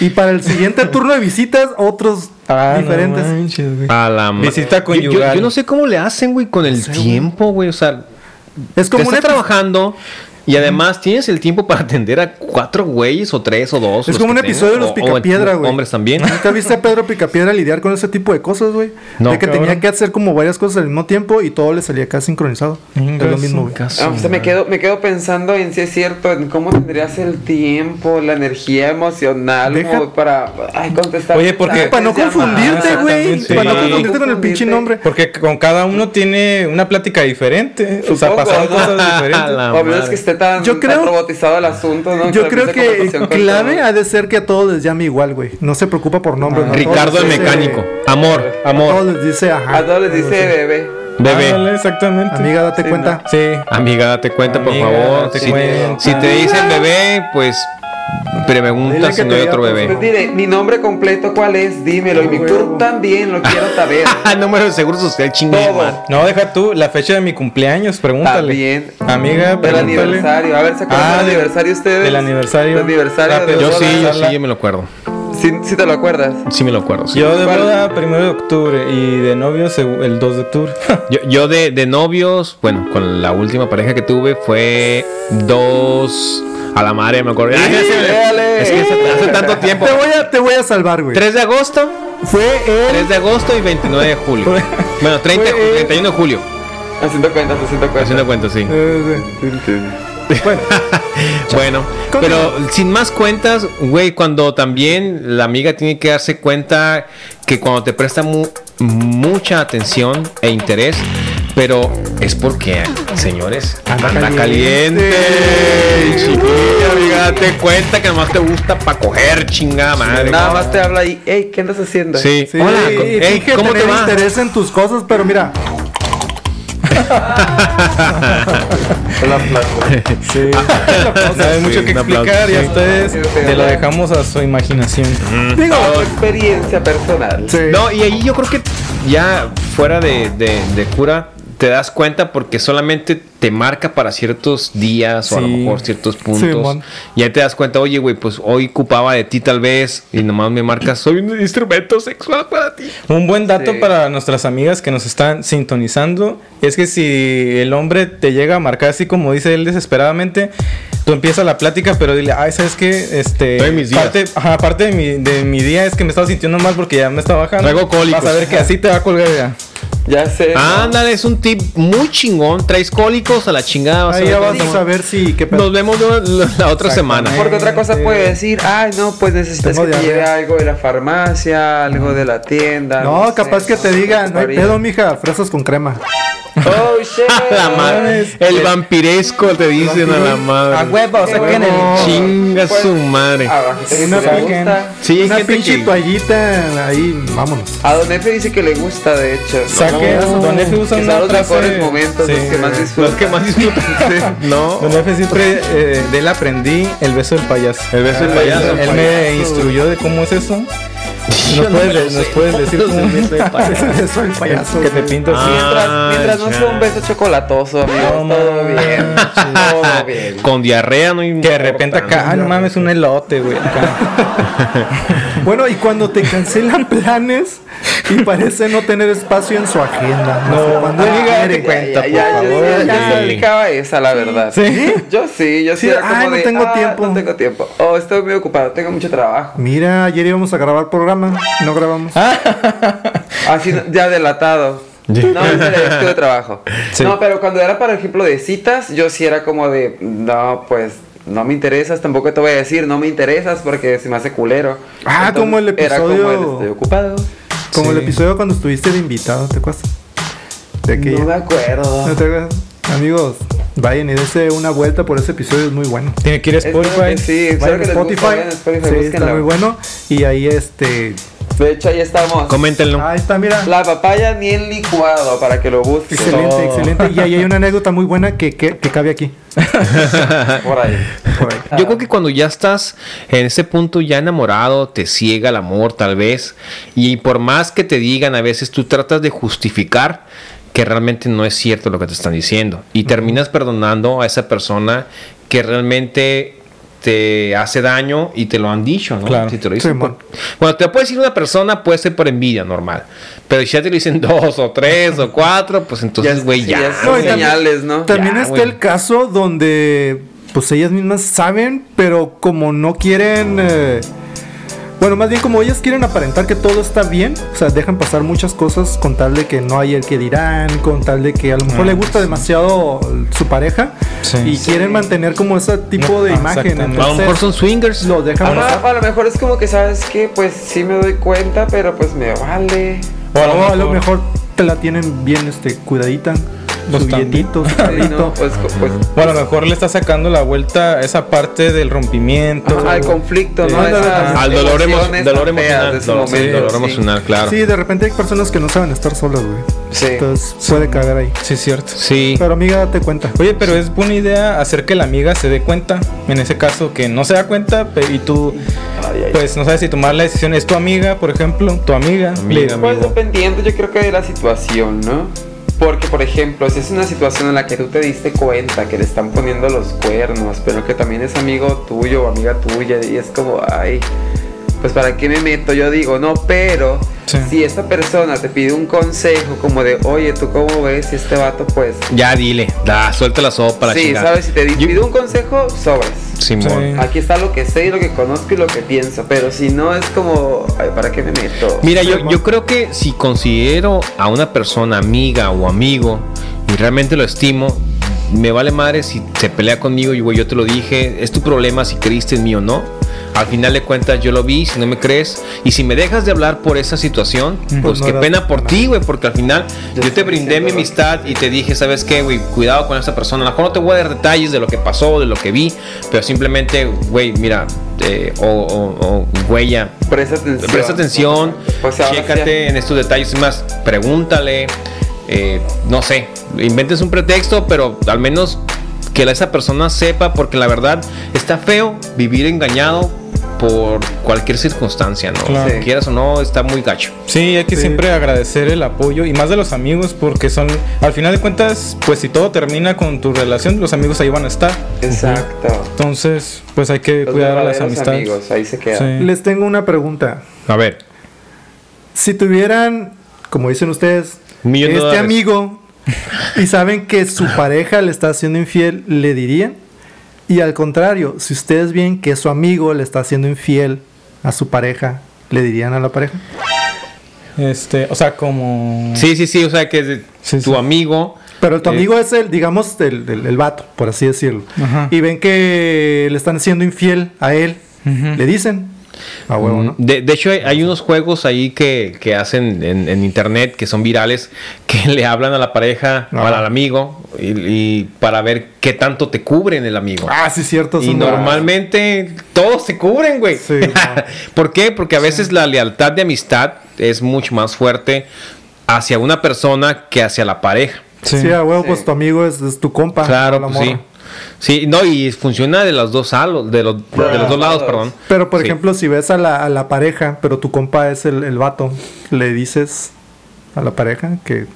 S4: Y para el siguiente turno de visitas, otros
S2: Ah, no
S4: diferentes.
S2: manches, güey.
S5: A la ma-
S2: Visita
S5: Yo- yo- Yo,
S2: conyugal.
S5: no sé cómo le hacen, güey, con el tiempo, güey. O sea,
S4: es como
S5: te
S4: una
S5: estás trabajando y además tienes el tiempo para atender a cuatro güeyes o tres o dos.
S4: Es
S5: los
S4: como
S5: que
S4: un episodio de
S5: tengas,
S4: Los
S5: o- o
S4: Picapiedra, güey.
S5: Hombres también.
S4: ¿Nunca viste a Pedro Picapiedra lidiar con ese tipo de cosas, güey?
S5: No,
S4: de que
S2: cabrón.
S4: tenía que hacer como varias cosas al mismo tiempo y todo le salía acá sincronizado.
S2: Inga
S4: es lo
S2: su
S4: mismo, güey.
S5: Caso,
S3: Ah, o sea, me quedo, me quedo pensando en si es cierto, en cómo tendrías el tiempo, la energía emocional
S4: Deja-
S3: como para ay, contestar.
S2: Oye, porque-
S3: mensajes,
S4: Para no
S3: llamadas.
S4: confundirte,
S2: Ah,
S4: güey.
S2: también, sí.
S4: Para no
S2: Sí.
S4: confundirte con el pinche
S3: Confundirte.
S4: nombre.
S2: Porque con cada uno tiene una plática diferente. O sea,
S3: Supongo,
S2: pasaron
S3: ¿no?
S2: cosas
S5: A
S2: diferentes.
S5: la
S3: O a menos
S5: madre.
S3: que esté tan,
S4: Yo
S3: tan
S4: creo-
S3: robotizado el asunto, ¿no?
S4: Yo
S3: la
S4: creo
S3: misma
S4: que
S3: conversación con
S4: clave
S3: todo.
S4: ha de ser que a todos les llame igual, güey. No se preocupa por nombres. ¿no? A todos
S5: Ricardo el
S4: les dice-
S5: mecánico. Amor,
S4: A todos
S5: amor.
S4: les dice, ajá.
S3: A todos les dice bebé.
S5: Bebé.
S2: Ándale, exactamente.
S4: Amiga, date
S3: Sí,
S4: cuenta.
S2: Sí.
S5: Amiga, date cuenta,
S2: Amiga,
S5: por favor.
S2: date
S5: Si,
S2: cuenta.
S5: si te dicen bebé, pues
S4: Dile
S5: pregunta
S4: que
S5: si no
S4: te
S5: hay
S4: diga
S5: otro
S4: por
S5: bebé.
S3: Pues dile, mi nombre completo, ¿cuál es? Dímelo. Y mi club también, lo quiero saber.
S5: Ah, Número de seguro social chingón.
S3: Todo.
S2: No, deja tú la fecha de mi cumpleaños, pregúntale.
S3: También.
S2: Amiga,
S3: Del
S2: pregúntale.
S3: aniversario. A ver, ¿se acuerdan
S2: Ah,
S3: del
S2: de-
S3: aniversario ustedes?
S2: del aniversario.
S3: Del aniversario
S2: Rápido.
S3: de
S5: Yo
S3: boda.
S5: sí, yo
S2: Hola.
S5: sí, yo me lo acuerdo.
S3: sí. Sí, te lo acuerdas.
S5: Sí me lo acuerdo. sí.
S2: Yo de
S3: ¿Cuál?
S2: boda primero de octubre y de novio seg- el 2 de octubre.
S5: Yo, yo de, de novios, bueno, con la última pareja que tuve fue dos a la madre, me acuerdo. Ay, ya se me-
S3: dale.
S5: es que hace, hace tanto tiempo.
S4: Te voy a, te voy a salvar, güey.
S5: 3 de agosto,
S4: Fue el.
S5: 3 de agosto y 29 de julio. Bueno, 30, de ju- 31 de julio,
S3: Haciendo cuentas, haciendo cuentas.
S5: haciendo cuentas, sí.
S4: eh,
S5: Bueno, pero sin más cuentas, güey, cuando también la amiga tiene que darse cuenta que cuando te presta mu- mucha atención e interés, pero es porque, señores, anda, caliente. Chiquilla, amiga, date cuenta que nomás te gusta para coger, chingada madre.
S3: Nada más te habla y, hey, ¿qué andas haciendo?
S5: Sí.
S4: sí,
S5: Hola,
S4: y
S5: co- ey,
S4: finge
S5: ¿cómo te
S4: tener
S5: va?
S4: interés en tus cosas, pero mira.
S7: Sí.
S2: No hay mucho que
S7: un aplauso,
S2: explicar y a
S7: sí.
S2: ustedes te lo dejamos a su imaginación.
S3: Digo, tu experiencia personal.
S4: Sí.
S5: No, y ahí yo creo que ya fuera de, de- de cura te das cuenta porque solamente te marca para ciertos días o a lo
S2: Sí.
S5: mejor ciertos puntos.
S4: mon.
S5: y ahí te das cuenta, oye, güey, pues hoy ocupaba de ti tal vez y nomás me marcas, soy un instrumento sexual para ti.
S2: Un buen dato
S3: Sí.
S2: para nuestras amigas que nos están sintonizando es que si el hombre te llega a marcar así como dice él desesperadamente, tú empiezas la plática, pero dile, ay, ¿sabes qué? Este,
S5: Estoy en mis días.
S2: Parte, ajá, parte de, mi, de mi día es que me estaba sintiendo mal porque ya me está bajando.
S5: Traigo cólicos.
S2: Vas a ver que así te va a colgar ya.
S3: Ya sé. ¿no?
S5: Ándale, es un tip muy chingón. Traes cólicos a la chingada. vas a
S4: Ahí ya
S5: ver
S4: vas
S5: cómo-
S4: a saber si qué pedo.
S5: Nos vemos la- la- la otra semana.
S3: Porque otra cosa puede decir, ay, no, pues necesitas
S4: Tengo
S3: que te lleve
S4: diarrea.
S3: algo de la farmacia, algo de la tienda.
S4: No, capaz
S3: sé,
S4: que te digan, no hay
S3: Ahorita.
S4: pedo, mija, fresas con crema.
S3: Oh, shit.
S5: A la madre. El vampiresco te dicen a la
S2: A
S5: madre.
S2: huevo, saquen el.
S5: Chinga su madre.
S3: Abajo dice
S4: Una
S3: que le
S4: saquen.
S3: gusta.
S5: Sí, hay
S4: Una
S5: gente
S4: pinche
S5: que-
S4: toallita ahí, vámonos.
S3: A Don Efe dice que le gusta, de hecho.
S2: Saquen. Don F usa
S3: Que son
S2: una
S3: los
S2: frase-
S3: mejores momentos, los que más disfrutan.
S5: Los que más disfrutan. no.
S2: Don F siempre eh, de él aprendí el beso del payaso.
S5: El beso del payaso.
S2: Él me instruyó de cómo es eso. ¿Nos puedes, nos puedes decir cómo es
S4: Eso el payaso.
S2: Que te
S4: güey.
S2: pintas así.
S3: Mientras,
S5: Ah,
S3: mientras no sea
S5: ya.
S3: un beso chocolatoso, amigo.
S2: No,
S3: todo
S2: man.
S3: bien. Todo bien.
S5: Ah, Con diarrea no hay
S2: Que de repente acá, ah, no mames, un elote, güey. acá.
S4: Bueno, y cuando te cancelan planes y parece no tener espacio en su agenda. No, sé cuándo
S2: amiga,
S4: quiere.
S2: te cuento.
S3: Ya, ya,
S2: por
S3: yo,
S2: favor,
S3: ya, ya se
S5: sí.
S3: aplicaba esa, la verdad.
S2: ¿Sí?
S3: Yo sí, yo sí.
S4: Sí,
S3: era como
S4: ay, no
S3: de,
S4: tengo
S3: "Ah,
S4: tiempo".
S3: No tengo tiempo. Oh, estoy muy ocupado, tengo mucho trabajo.
S4: Mira, ayer íbamos a grabar programa, no grabamos.
S3: Ah, Así, Ah, ya delatado. No, en serio, yo estuve de trabajo. No, pero cuando era, por ejemplo, de citas, yo sí era como de, no, pues, no me interesas, tampoco te voy a decir, no me interesas porque se me hace culero.
S4: Ah, como el
S3: Era como el,
S4: episodio-
S3: estoy ocupado.
S4: Como el
S2: Sí.
S4: episodio cuando estuviste de invitado, ¿te acuerdas? De aquella-
S3: No me acuerdo.
S4: ¿No te acuerdas? Amigos, vayan y dense una vuelta por ese episodio, es muy bueno.
S2: Tiene que ir a
S3: Espero que
S2: Spotify.
S3: Sí, espero
S4: Vayan
S3: que
S4: a
S3: les guste,
S4: Spotify,
S3: vayan a Spotify,
S4: sí, está
S3: búsquenlo.
S4: muy bueno. Y ahí este...
S3: De hecho, ahí estamos.
S5: Coméntenlo.
S4: Ahí está, mira.
S3: La papaya ni el licuado para que lo busquen.
S4: Excelente,
S3: Todo
S4: excelente. Y ahí hay una anécdota muy buena que, que, que cabe aquí.
S3: Por ahí.
S4: Por ahí.
S5: Yo creo que cuando ya estás en ese punto ya enamorado, te ciega el amor tal vez. Y por más que te digan, a veces tú tratas de justificar que realmente no es cierto lo que te están diciendo. Y terminas perdonando a esa persona que realmente te hace daño y te lo han dicho, ¿no?
S2: Claro.
S5: Si te lo dicen
S4: Sí,
S5: por-
S4: man.
S5: Bueno, te lo puede decir una persona, puede ser por envidia normal. Pero si ya te lo dicen dos o tres o cuatro, pues entonces, güey, ya.
S3: Ya
S4: No,
S3: son
S4: y también-
S3: señales, ¿no?
S4: También
S5: Ya,
S4: está
S5: güey.
S4: el caso donde pues ellas mismas saben, pero como no quieren... eh, bueno, más bien como ellas quieren aparentar que todo está bien, o sea, dejan pasar muchas cosas con tal de que no hay el que dirán, con tal de que a lo mejor le gusta demasiado su pareja
S2: Sí.
S4: y
S2: Sí.
S4: quieren mantener como ese tipo
S2: No,
S4: de
S2: ah,
S4: imagen.
S2: exactamente.
S5: A lo mejor son
S4: Entonces,
S5: swingers.
S4: lo dejan pasar.
S3: Ajá, Ah, a lo mejor es como que sabes que pues sí me doy cuenta, pero pues me vale.
S2: O a lo
S4: O Oh, a lo
S2: mejor-
S4: mejor te la tienen bien este, cuidadita,
S2: Los
S4: su billetito, su
S3: Sí,
S4: carrito.
S3: no, pues, co- pues,
S2: O a lo mejor le está sacando la vuelta a esa parte del rompimiento.
S3: ajá, al conflicto, ¿no?
S2: Sí.
S3: Esas
S5: Al dolor, emo-
S3: emociones
S5: dolor
S3: tan feas de
S5: emocional.
S3: ese
S5: Dolor, sí,
S3: momento,
S5: dolor
S3: sí.
S5: emocional, claro.
S4: Sí,
S5: Sí.
S4: de repente hay personas que no saben estar solas, güey.
S3: Sí.
S4: Entonces puede caer ahí.
S2: Sí, es cierto.
S4: Pero amiga, date cuenta.
S2: Oye, pero es buena idea hacer que la amiga se dé cuenta. En ese caso, que no se da cuenta pe- y tú,
S3: Ay, ay.
S2: pues no sabes si tomar la decisión. Es tu amiga, por ejemplo, tu amiga.
S5: Amiga,
S2: Le-
S5: amiga.
S3: Pues dependiendo, yo creo que de la situación, ¿no? Porque, por ejemplo, si es una situación en la que tú te diste cuenta que le están poniendo los cuernos, pero que también es amigo tuyo o amiga tuya, y es como, ay, pues para qué me meto, yo digo, no, pero
S2: Sí.
S3: si esta persona te pide un consejo como de, oye, ¿tú cómo ves si este vato, pues...
S5: Ya dile, da, suelta la sopa, la
S3: sí,
S5: chingada.
S3: ¿sabes? Si te di-
S5: Yo-
S3: pide un consejo, sobres.
S5: Simón.
S2: Sí.
S3: Aquí está lo que sé y lo que conozco y lo que pienso, pero si no es como, ay, ¿para qué me meto?
S5: Mira, yo, yo creo que si considero a una persona amiga o amigo y realmente lo estimo, me vale madre si se pelea conmigo y güey, yo te lo dije, es tu problema si creíste en mí o no. Al final de cuentas yo lo vi, si no me crees y si me dejas de hablar por esa situación, pues
S4: no
S5: qué
S4: era
S5: pena por
S4: nada.
S5: ti, güey, porque al final
S3: Yo
S5: yo te
S3: estoy
S5: brindé
S3: diciendo
S5: mi
S3: lo que-
S5: amistad y te dije, ¿sabes qué, güey? Cuidado con esa persona. A lo mejor no te voy a dar detalles de lo que pasó, de lo que vi, pero simplemente, güey, mira, eh, o, o, o, güey, ya,
S3: Presta atención.
S5: Presta atención,
S3: Pues ahora
S5: chécate
S3: sí.
S5: en estos detalles y más, pregúntale. eh, no sé, inventes un pretexto, pero al menos que la- esa persona sepa, porque la verdad está feo vivir engañado por cualquier circunstancia, ¿no?
S2: Claro.
S5: Sí. Quieras o no, está muy gacho.
S2: Sí, hay que
S4: Sí.
S2: siempre agradecer el apoyo y más de los amigos porque son, al final de cuentas, pues si todo termina con tu relación, los amigos ahí van a estar.
S3: Exacto.
S2: Entonces, pues hay que
S3: Los
S2: cuidar a las
S3: verdaderos
S2: amistades.
S3: amigos, ahí se queda.
S2: Sí.
S4: Les tengo una pregunta.
S5: A ver,
S4: Si tuvieran, como dicen ustedes,
S5: Un millón de
S4: este
S5: dólares.
S4: amigo y saben que su pareja le está haciendo infiel, ¿le dirían? Y al contrario, si ustedes ven que su amigo le está haciendo infiel a su pareja, ¿le dirían a la pareja?
S2: Este, o sea, como...
S3: Mm.
S5: sí, sí, sí, o sea que es de-
S2: Sí,
S5: tu
S2: sí.
S5: amigo.
S4: Pero tu
S5: eh,
S4: amigo es el, digamos, el, el, el vato, por así decirlo.
S2: Ajá.
S4: Y ven que le están siendo infiel a él,
S2: Ujú. Mm.
S4: le dicen. A huevo, ¿no?
S5: De, de hecho, hay, hay unos juegos ahí que, que hacen en, en internet que son virales que le hablan a la pareja o
S4: Ajá.
S5: al amigo y, y para ver qué tanto te cubren el amigo.
S4: Ah, sí, cierto.
S5: Y
S4: son-
S5: normalmente todos se cubren, güey.
S4: Sí, no.
S5: ¿Por qué? Porque a veces la lealtad de amistad es mucho más fuerte hacia una persona que hacia la pareja.
S4: Sí, a huevo, pues tu amigo es, es tu compa.
S5: claro,
S4: la
S5: pues,
S4: morra.
S5: sí. Sí, no, y funciona de los dos salos, de los, de los dos lados, perdón.
S4: Pero por
S5: Sí.
S4: ejemplo, si ves a la, a la pareja, pero tu compa es el, el vato, le dices a la pareja que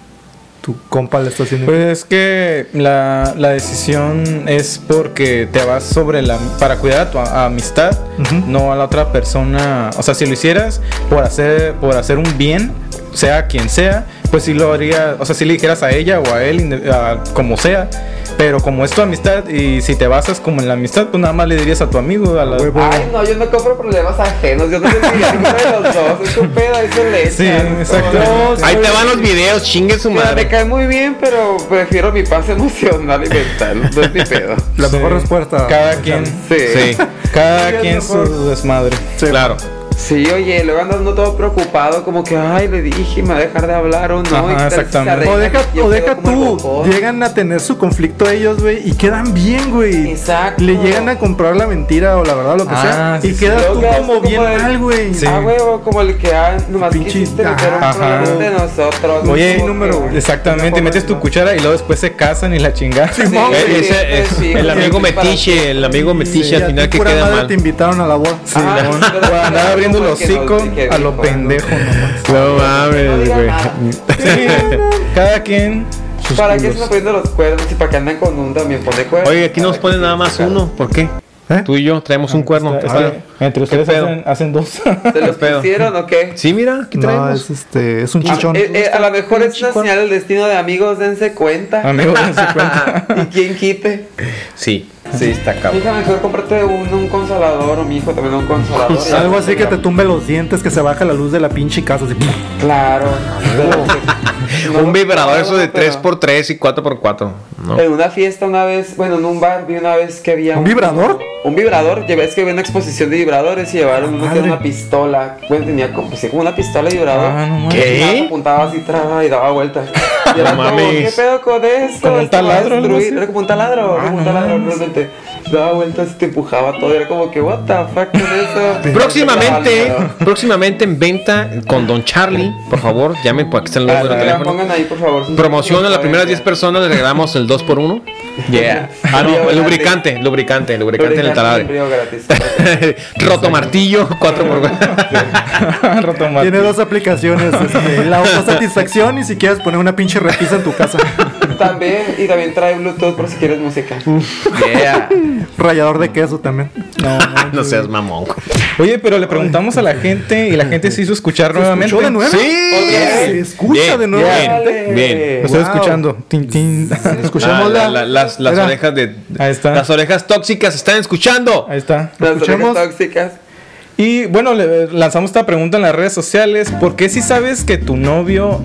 S4: tu compa le está haciendo.
S2: Pues es que la, la decisión es porque te vas sobre la... para cuidar a tu a- amistad,
S4: Ujú.
S2: no a la otra persona. O sea, si lo hicieras por hacer, por hacer un bien, sea quien sea, pues sí lo haría, o sea, si le dijeras a ella o a él, inde- a- como sea. Pero como es tu amistad y si te basas como en la amistad, pues nada más le dirías a tu amigo, a la...
S4: Huevo.
S3: Ay, no, yo no compro problemas ajenos. Yo no sé si ninguno de los dos. Es un pedo, eso le
S2: Sí, exacto.
S5: Ahí te van los videos, chingue su
S3: Mira, me
S5: madre.
S3: cae muy bien, pero prefiero mi paz emocional y mental. No es mi pedo.
S4: La
S2: Sí.
S4: mejor respuesta.
S2: Cada quien,
S3: Sí.
S5: Sí,
S2: cada
S3: Dios,
S2: quien
S3: mejor.
S2: su desmadre.
S5: claro.
S3: Sí, oye, luego andas uno todo preocupado, como que, ay, le dije, me va a dejar de hablar o no.
S2: Ajá,
S3: y tal, se
S2: exactamente.
S3: arregla,
S4: O deja,
S3: yo
S4: o
S3: quedo
S4: deja
S3: como el
S4: tú,
S3: bocón.
S4: llegan a tener su conflicto ellos, güey, y quedan bien, güey.
S3: Exacto.
S4: Le llegan a comprar la mentira o la verdad o lo que
S2: Ah,
S4: sea, y
S2: sí, sí.
S4: quedas
S3: Luego
S4: tú
S3: quedas
S4: como
S3: como
S4: bien
S3: el-
S4: mal, güey.
S2: Sí.
S3: Ah, huevo, como el que, ah, nomás
S4: Pinche-
S3: quisiste meter un
S4: ajá.
S3: problema entre nosotros.
S2: Oye,
S3: como
S4: número
S3: que-
S4: uno.
S2: Exactamente,
S4: Una
S2: metes tu
S4: forma-
S2: cuchara y luego después se casan y la chingada.
S3: Sí,
S5: Eh,
S3: sí,
S5: ese es
S3: sí,
S5: el
S3: sí,
S5: amigo
S3: sí,
S5: metiche, el amigo
S4: Sí,
S5: metiche
S4: a
S5: al
S4: ti
S5: final que
S4: pura
S5: queda
S4: madre
S5: mal.
S4: te invitaron a la boda.
S2: Sí,
S3: Ah,
S2: Simón.
S3: pero-
S2: Por andar abriendo el
S3: como que
S2: hocico
S3: nos dije,
S2: a lo
S3: viejo,
S2: pendejo nomás.
S5: No
S3: No
S5: mames,
S3: diga
S5: güey.
S3: nada.
S2: Cada quien sus
S3: ¿Para qué se
S2: culos.
S3: están poniendo los cuernos y para qué andan con un también pone cuernos?
S5: Oye, aquí nos
S3: Cada
S5: ponen
S3: quien
S5: nada más
S3: tiene
S5: uno. ¿Por qué?
S4: ¿Eh?
S5: Tú y yo traemos un cuerno.
S2: Está-
S5: ¿Qué
S2: está-
S5: pedo?
S2: entre ustedes
S5: pedo?
S2: hacen, hacen dos.
S3: su cara. ¿Te los
S5: pedo?
S3: pusieron o qué?
S5: Sí, mira, aquí
S4: No,
S5: traemos.
S4: es este, es un
S3: Ah,
S4: chichón.
S3: eh, eh, a lo mejor es una señal del destino de amigos, dense cuenta.
S2: Amigos, dense cuenta.
S3: y quien quite.
S5: Sí, sí, está cabrón.
S3: Hija, mejor cómprate un, un consolador o mi hijo también un consolador. y
S4: Pues Algo así que te
S3: ya.
S4: tumbe los dientes, que se baja la luz de la pinche casa. Así.
S3: Claro. No,
S5: un vibrador, eso de
S3: pero-
S5: 3x3 y 4x4. ¿no?
S3: En una fiesta una vez, bueno, en un bar vi una vez que había
S4: ¿Un vibrador?
S3: Un vibrador, ya ves que había una exposición de vibradores y llevaron uno que era
S4: Madre.
S3: una pistola. Bueno, tenía como, pues, sí, como una pistola de vibrador.
S2: Ah, no mames.
S5: ¿Qué?
S3: Apuntaba así, traba y daba vueltas. Y era
S5: No
S3: como,
S5: mames.
S3: ¿qué pedo con esto?
S2: ¿Como
S3: Esto va
S2: un
S3: a
S2: taladro, algo
S3: destruir".
S2: así? Ah,
S3: Era como un taladro, era como un
S2: no
S3: taladro
S2: mames.
S3: realmente. Daba vueltas y te empujaba todo. Era como que, what the fuck con eso.
S5: Próximamente, próximamente en venta con Don Charlie. Por favor, llamen por aquí está el
S3: Para
S5: número de
S3: que la
S5: teléfono.
S3: pongan ahí, por favor.
S5: Promociona a las primeras 10 personas, le regalamos el 2x1. Yeah. Ah, no, el lubricante, lubricante, lubricante en el taladro.
S3: gratis.
S5: Roto martillo, 4x4.
S2: Roto mal.
S4: Tiene dos aplicaciones: este, la autosatisfacción y si quieres poner una pinche repisa en tu casa.
S3: También, y también trae Bluetooth por si quieres música.
S5: Yeah.
S4: Rallador de queso también.
S2: No, no.
S5: Ah, No seas mamón.
S2: Oye, pero le preguntamos a la gente y la gente se hizo escuchar nuevamente.
S4: escuchó de nuevo?
S5: Sí.
S3: Oye,
S4: se escucha de nuevo.
S5: Bien, bien.
S2: Lo estoy
S4: Wow.
S2: escuchando. Tin, tin.
S4: Escuchemos
S5: Ah, la-
S4: la-
S5: la- las, las
S4: Mira,
S5: orejas de.
S2: Ahí está.
S5: Las orejas tóxicas están escuchando.
S2: Ahí está.
S3: Las
S4: Escuchemos.
S3: orejas tóxicas.
S2: Y bueno, le lanzamos esta pregunta en las redes sociales. ¿Por qué si sabes que tu novio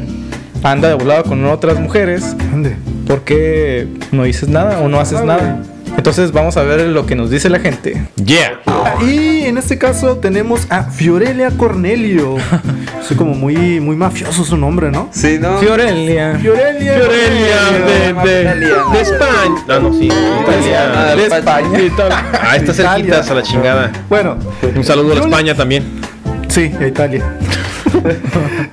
S2: anda de volado con otras mujeres,
S4: Ande.
S2: por qué no dices nada o no haces nada? Entonces vamos a ver lo que nos dice la gente.
S5: Yeah.
S4: Ah, Y en este caso tenemos a Fiorelia Cornelio. Es como muy, muy mafioso su nombre, ¿no?
S3: Sí, ¿no?
S2: Fiorelia.
S4: Fiorelia.
S5: Fiorelia de, de, de España. No, no, sí.
S3: Italiana,
S5: Italia.
S3: de
S5: De
S3: España.
S5: España. Ah, está
S4: Italia.
S5: cerquitas a la chingada.
S4: Bueno,
S5: Un saludo a la
S4: Yo le-
S5: España también.
S4: Sí, a Italia.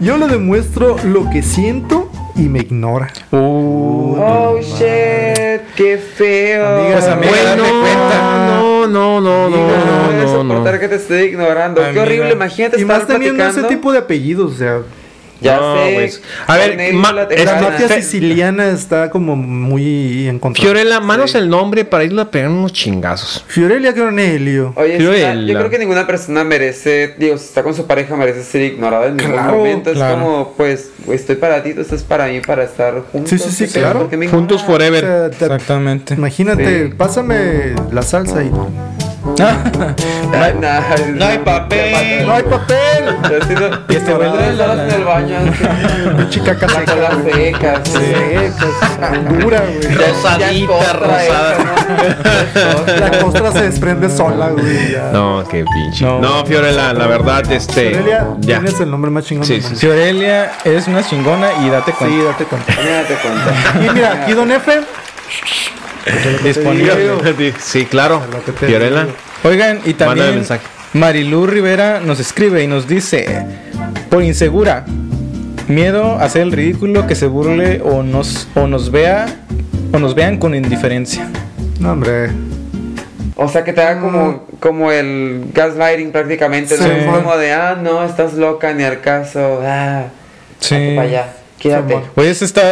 S4: Yo le demuestro lo que siento y me ignora.
S3: Oh shit, qué feo.
S2: Amigas, amigas.
S3: Güey,
S2: date cuenta.
S5: no, no, no, no,
S3: no debes
S5: no, no, no.
S3: soportar que te esté ignorando. Qué
S2: Amiga.
S3: horrible, imagínate
S4: Y
S3: estar
S4: más teniendo
S3: platicando.
S4: ese tipo de apellidos, o sea,
S3: Ya
S5: No,
S3: sé.
S5: güey. A ver,
S3: Cornelio
S5: ma-
S3: la
S5: es-
S4: la
S3: Tejana.
S4: mafia
S5: Fe-
S4: siciliana está como muy en contra.
S5: Fiorella, manos el nombre para irle a pegar unos chingazos.
S4: Fiorelia Cornelio.
S3: Oye, sí,
S5: Fiorella.
S3: yo creo que ninguna persona merece, digo, si está con su pareja merece ser ignorada en ningún
S4: Claro,
S3: momento.
S4: claro.
S3: Es como, pues, estoy para ti, tú estás para mí, para estar juntos.
S4: Sí, sí, sí,
S3: no sé,
S4: claro.
S3: ¿por qué me
S5: Juntos
S3: ignoras?
S4: O
S5: forever.
S4: sea, te-
S2: Exactamente.
S4: Imagínate,
S3: Sí.
S4: pásame la salsa y. ¡No
S3: Ah, nah, No hay papel.
S4: hay papel!
S2: Y este
S3: Tres
S2: güey-
S3: horas en el baño.
S4: Pinche caca
S3: La
S4: seca,
S3: cola
S4: güey.
S3: seca. sí.
S4: Secas, dura, güey.
S3: Ya- ya
S5: Rosadita,
S3: contra eso, ¿no?
S4: La costra se desprende sola, güey. ya.
S5: No, qué pinche.
S2: No.
S5: No, Fiorella, la verdad, este.
S4: Fiorella,
S5: Ya.
S4: tienes el nombre más chingón.
S5: Sí,
S4: del
S5: sí,
S4: mundo.
S2: Fiorelia es una chingona y date cuenta.
S4: Sí, date cuenta.
S3: Mira, te cuento.
S4: Y mira, aquí Don F.
S2: Disponible.
S5: Sí, claro.
S4: lo que te
S5: Fiorella.
S4: digo.
S2: Oigan, y
S5: Mándale
S2: también
S5: mensaje.
S2: Marilú Rivera nos escribe y nos dice, por insegura, miedo a hacer el ridículo que se burle o nos, o nos vea o nos vean con indiferencia.
S4: No, hombre.
S3: O sea, que te haga como, como el gaslighting prácticamente. ¿no?
S2: Sí.
S3: Es como de, ah, no, estás loca, ni al caso. Ah,
S2: Sí.
S3: para allá, quédate.
S4: Somos-
S2: Oye, ese está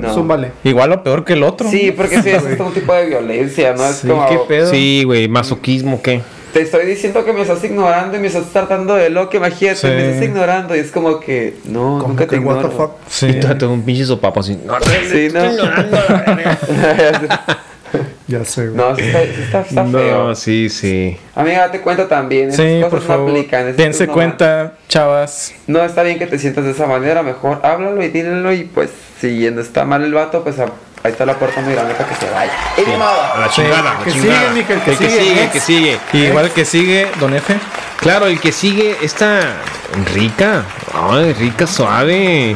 S3: No.
S4: Zúmbale.
S2: igual o peor que el otro.
S3: Sí, porque sí, es hasta un tipo de violencia, ¿no? Es
S2: Sí,
S3: como,
S2: qué pedo.
S5: Sí, güey, masoquismo, ¿qué?
S3: te estoy diciendo que me estás ignorando y me estás tratando de loca, imagínate,
S2: Sí.
S3: me estás ignorando. Y es como que, no, nunca
S4: Cómete,
S3: te
S4: what
S3: ignoro.
S4: the fuck.
S2: Sí.
S5: Y tú te un pinche sopapo así. No,
S3: Sí, no.
S4: Ya sé, güey.
S3: no, sí está, sí está, está feo.
S5: No, sí, sí.
S3: Amiga, date cuenta también. esas
S2: Sí,
S3: cosas
S2: por
S3: no
S2: favor.
S3: aplican, esas cosas no
S2: Dense
S3: van.
S2: cuenta, chavas.
S3: No está bien que te sientas de esa manera, mejor háblalo y dílelo y pues si no está mal el vato, pues a- ahí está la puerta muy grande para que se vaya. Y ni modo.
S5: A la chingada. a la
S4: que
S5: chingada.
S4: sigue, mija, el que
S5: El que
S4: sigue,
S5: sigue, el
S4: next.
S5: que sigue.
S2: Y
S3: ¿Eh?
S2: igual que sigue, don F.
S5: Claro, el que sigue está rica. Ay, rica suave.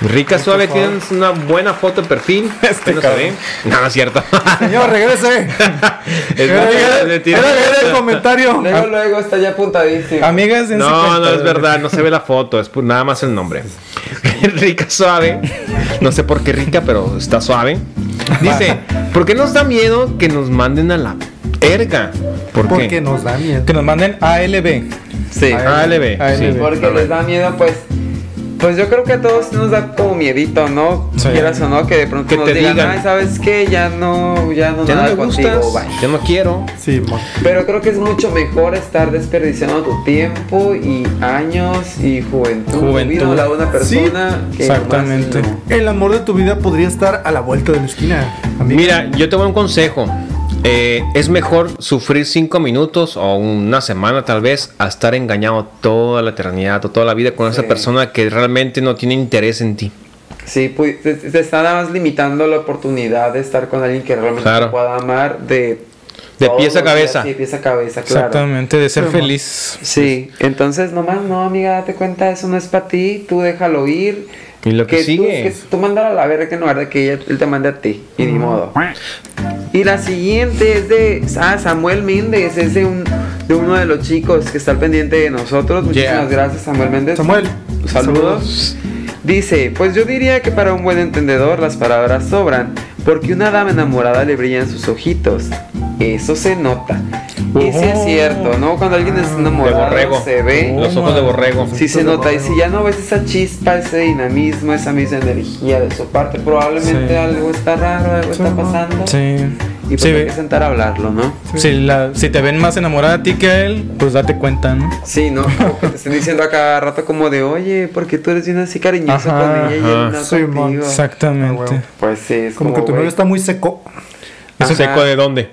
S5: Rica suave, tiene una buena foto de perfil.
S2: Este
S5: Bueno, se ve. No, es cierto.
S4: Señor, regrese.
S5: Es
S4: Era
S5: verdad, le
S4: leer
S5: tiene-
S4: el comentario.
S5: Ah.
S3: Luego, luego está ya apuntadísimo.
S2: Amigas, dense
S5: No,
S2: cuenta.
S5: no es verdad, no se ve la foto, es pu- nada más el nombre. rica suave. No sé por qué rica, pero está suave. Dice, ¿por qué nos da miedo que nos manden a la erga? ¿Por
S4: Porque
S5: qué? Ah,
S4: nos da miedo.
S2: Que nos manden ALB.
S3: Sí.
S5: ALB.
S2: ALB.
S5: sí.
S3: Porque les da miedo, pues. Pues yo creo que a todos nos da como miedito, ¿no?
S2: Sí.
S3: Quieras o no, que de pronto
S5: Que
S3: nos
S5: te
S3: digan,
S5: digan.
S3: ay, ¿sabes qué? Ya no, ya no
S5: Ya no
S3: nada
S5: me
S3: contigo,
S5: gustas,
S3: bye".
S5: ya no quiero.
S4: Sí, mon.
S3: Pero creo que es mucho mejor estar desperdiciando tu tiempo y años y juventud,
S2: Juventud.
S3: vida a una persona
S2: Sí,
S3: que nomás
S2: exactamente.
S3: no.
S4: El amor de tu vida podría estar a la vuelta de la esquina. amigo.
S5: Mira, yo te voy a un consejo. Eh, es mejor sufrir cinco minutos o una semana tal vez a estar engañado toda la eternidad o toda la vida con esa
S3: Sí.
S5: persona que realmente no tiene interés en ti.
S3: Sí, pues te, te está nada más limitando la oportunidad de estar con alguien que realmente
S5: Claro.
S3: te pueda amar de,
S5: De
S3: todos
S5: pies a
S3: los días,
S5: cabeza.
S3: sí, de pies a cabeza, claro.
S2: Exactamente, de ser
S4: Sí, amor.
S2: feliz.
S3: Sí, entonces nomás no, amiga, date cuenta, eso no es para ti, tú déjalo ir.
S5: Y lo que
S3: tú,
S5: sigue. Mm.
S3: que tú mandar a la verga que en lugar de que ella, él te mande a ti, y ni modo. Y la siguiente es de ah, Samuel Méndez, es de, un, de uno de los chicos que está al pendiente de nosotros.
S5: Yeah.
S3: Muchísimas gracias, Samuel Méndez.
S4: Samuel,
S3: Saludos. Dice, pues yo diría que para un buen entendedor las palabras sobran, porque una dama enamorada le brillan sus ojitos. Eso se nota. Y sí es
S5: Oh.
S2: Ujú.
S3: cierto, ¿no? Cuando alguien es
S5: De
S3: enamorado
S5: borrego.
S3: se ve.
S5: Los ojos de borrego.
S3: Sí se nota, y si ya no ves esa chispa, ese dinamismo, esa misma energía de su parte, probablemente
S2: Sí.
S3: algo está raro, algo está pasando.
S2: Sí.
S3: Y pues
S2: Sí,
S3: hay
S2: ve-
S3: que sentar a hablarlo, ¿no?
S2: Si, la- si te ven más enamorada a ti que a él, pues date cuenta, ¿no?
S3: Sí, ¿no? Como que te estén diciendo a cada rato como de, oye, porque tú eres bien así cariñoso
S2: Ajá,
S3: con ella y
S5: ajá.
S3: él no
S4: Sí, mon,
S3: contigo.
S4: Ah,
S2: Exactamente.
S4: huevo.
S3: Pues sí, es como,
S4: como que tu novio
S3: güey.
S4: está muy seco.
S5: ¿Eso
S3: Ajá.
S5: seco de dónde?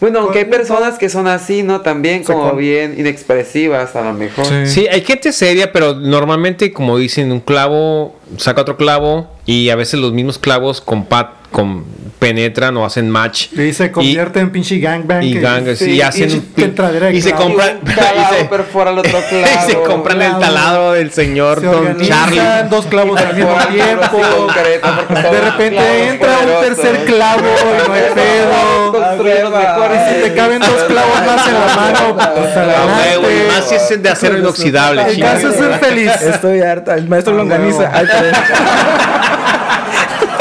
S3: Bueno, aunque hay personas que son así, ¿no? También como
S4: Secón.
S3: bien inexpresivas a lo mejor.
S2: Sí.
S5: Sí, hay gente seria, pero normalmente, como dicen, un clavo saca otro clavo y a veces los mismos clavos compa- com- penetran o hacen match.
S4: Y se convierte en pinche gangbang.
S5: y
S4: que-
S5: gangas
S4: Sí,
S5: y hacen un
S4: pinche tentadera de
S5: y se
S4: clavos.
S5: compran
S3: Un clavo
S5: y se-
S3: perfora el otro
S5: y se
S3: clavo,
S5: compran el
S4: clavo.
S5: taladro del señor
S4: Se
S5: Don
S4: organizan
S5: Charlie
S4: dos clavos al mismo
S3: Guardan
S4: tiempo.
S3: así con careta porque son
S4: De repente
S3: clavos
S4: entra un
S3: poderosos.
S4: tercer clavo y no hay pedo.
S3: Construye los mejores.
S4: Y si te caben dos clavos más en la mano, pues
S5: Ah, güey, güey,
S4: adelante.
S5: más si es de acero inoxidable
S4: El
S5: chinga.
S4: caso es ser feliz.
S2: Estoy harta. El maestro
S4: Ah,
S2: Longaniza.
S4: huevo.
S2: Ay, perdón.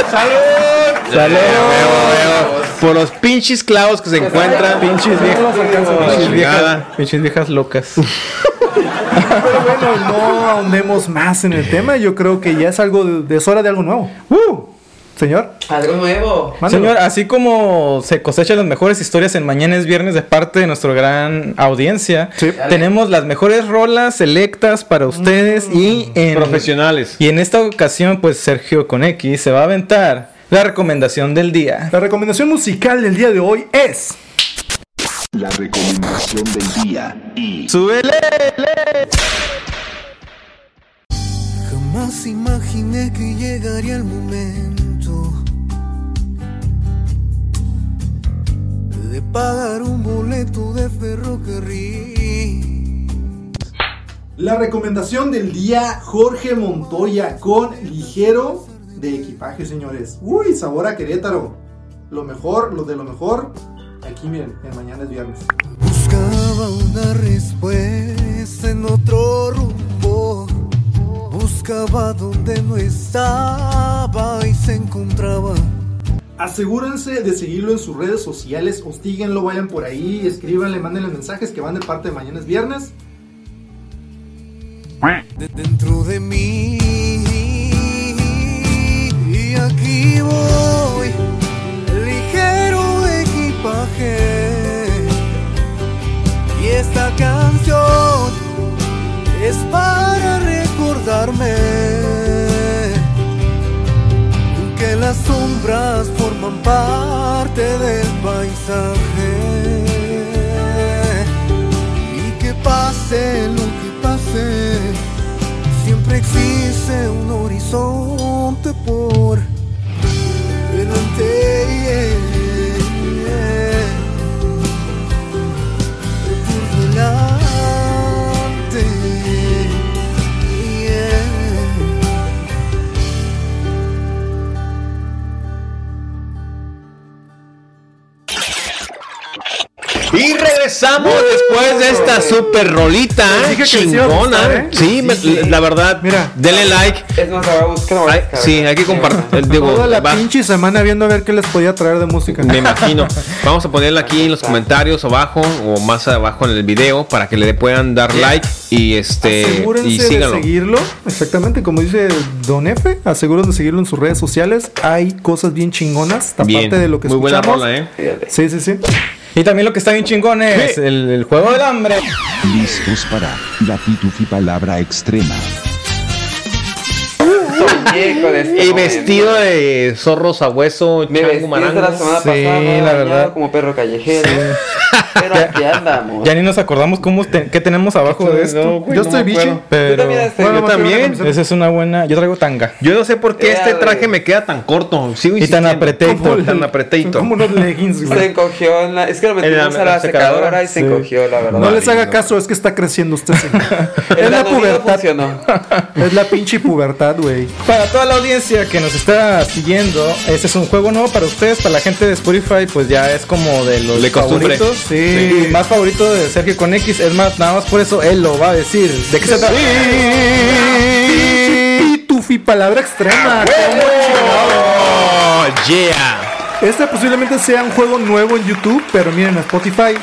S5: ¡Salud! ¡Salud! Por los pinches clavos que se encuentran.
S2: Pinches viejas, pinches viejas, pinches viejas locas.
S4: Pero bueno, no ahondemos más en el tema. Yo creo que ya es algo, de, es hora de algo nuevo. ¡Uh! Señor,
S3: Algo nuevo.
S4: mándalo.
S2: Señor, así como se cosechan las mejores historias en Mañana es Viernes de parte de nuestra gran audiencia,
S4: Sí.
S2: tenemos las mejores rolas selectas para ustedes y en
S5: Profesionales.
S2: Y en esta ocasión, pues Sergio con X se va a aventar la recomendación del día.
S4: La recomendación musical del día de hoy es.
S7: La recomendación del día y
S2: ¡Súbele!
S8: Jamás imaginé que llegaría el momento de pagar un boleto de ferrocarril.
S9: La recomendación del día, Jorge Montoya con ligero de equipaje, señores. Uy, sabor a Querétaro. Lo mejor, lo de lo mejor. Aquí miren, en mañana es viernes.
S8: Buscaba una respuesta en otro rumbo. Buscaba donde no estaba y se encontraba.
S9: Asegúrense de seguirlo en sus redes sociales, hostíguenlo, vayan por ahí, escríbanle, mándenle mensajes que van de parte de mañana es viernes.
S8: de- dentro de mí. Y aquí voy, ligero de equipaje. Y esta canción es para recordarme que las sombras forman parte del paisaje. Y que pase lo que pase, siempre existe un horizonte por delante. Por delante.
S5: Y regresamos después de esta super rolita
S4: Les dije que les iba a
S5: chingona.
S4: gustar, ¿eh?
S5: Sí, me- la verdad,
S4: Mira.
S5: denle like.
S3: Es más, ahora busca
S5: Ay, sí, hay que compartir. eh, Digo,
S4: Toda la
S5: va-
S4: pinche semana viendo a ver qué les podía traer de música.
S5: me imagino. Vamos a ponerla aquí en los comentarios abajo o más abajo en el video para que le puedan dar like y este
S4: Asegúrense
S5: y
S4: de
S5: síganlo.
S4: seguirlo. Exactamente, como dice Don Efe, asegúrense de seguirlo en sus redes sociales. Hay cosas bien chingonas, aparte
S5: Bien,
S4: de lo que
S5: muy buena
S4: escuchamos.
S5: rola, ¿eh?
S4: Sí, sí, sí.
S2: Y también lo que está bien chingón es el, el juego del hambre.
S7: listos para la pitufi palabra extrema.
S3: este
S5: Y vestido de zorro sabueso,
S3: Me
S5: chango
S3: vestí hasta la
S5: marango.
S3: semana
S2: Sí,
S3: pasada.
S2: la
S3: bañado
S2: verdad.
S3: Como perro callejero. Pero aquí andamos.
S2: Ya ni nos acordamos cómo te- qué tenemos abajo de esto.
S4: Yo estoy biche.
S3: Yo
S2: Pero
S3: también estoy-
S5: Yo
S4: me traigo
S5: también.
S4: una camiseta.
S2: esa es una buena. Yo traigo tanga.
S5: Yo no sé por qué
S3: Ya,
S5: este
S3: güey.
S5: traje me queda tan corto. Sigo
S2: Y tan
S5: insistiendo.
S2: apretadito.
S5: Tan apretadito.
S4: Como unos leggings, güey.
S3: Se encogió en la... Es que lo
S2: la-
S3: metimos a la
S2: la secadora,
S3: secadora y se
S2: sí.
S3: encogió, la verdad.
S4: No les haga caso, es que está creciendo usted, señor.
S3: El
S4: es la
S3: anonido
S4: pubertad.
S3: funcionó.
S4: Es la pinche pubertad, güey.
S2: Para toda la audiencia que nos está siguiendo, este es un juego nuevo para ustedes, para la gente de Spotify, pues ya es como de los
S5: De costumbre.
S2: favoritos.
S4: Sí.
S2: Y más favorito de Sergio con X, es más, nada más por eso él lo va a decir. ¿De qué se trata?
S4: Pinche pitufi, palabra
S5: Ah,
S4: extrema.
S5: Oh, yeah.
S4: Este posiblemente sea un juego nuevo en YouTube, pero miren, Spotify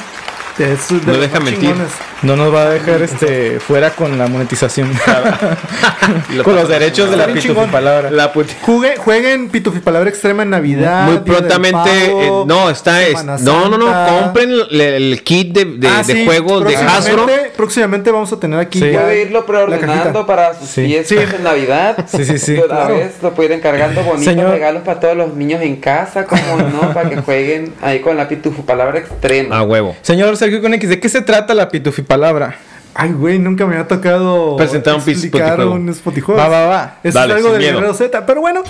S4: es de
S5: No
S4: los
S5: deja
S4: más
S5: mentir.
S4: chingones.
S2: No nos va a dejar este fuera con la monetización. con los derechos de la
S4: Bien
S2: pitufi
S4: chingón.
S2: palabra.
S5: La puti-
S4: Jugue- jueguen Pitufi Palabra Extrema en
S2: Ah,
S4: Navidad.
S5: Muy
S4: Día del
S5: prontamente,
S4: Pavo,
S5: eh, no, está es,
S4: Semana
S5: no, no, no,
S4: Santa.
S5: compren el, el kit de, de-
S4: Ah,
S5: de
S4: sí,
S5: juegos de Hasbro.
S4: próximamente- Próximamente vamos a tener aquí.
S2: Sí.
S4: ya
S3: Puede irlo
S4: la cajita.
S3: preordenando para sus
S2: Sí.
S3: fiestas
S4: Sí.
S3: en Navidad.
S2: Sí, sí, sí,
S3: De una
S2: claro.
S3: vez lo puede ir encargando bonitos
S2: Señor.
S3: regalos para todos los niños en casa, como no, para que jueguen ahí con la pitufu, palabra extrema.
S5: A huevo.
S2: Señor Sergio con X, ¿de qué se trata la pitufi palabra?
S4: Ay, güey, nunca me había tocado
S5: Presentar un
S4: explicar
S5: Spotify.
S4: un Spotify.
S2: Va, va, va.
S4: Eso
S5: Dale,
S4: es algo
S5: sin
S4: del
S5: miedo.
S4: Guerrero Z. Pero bueno,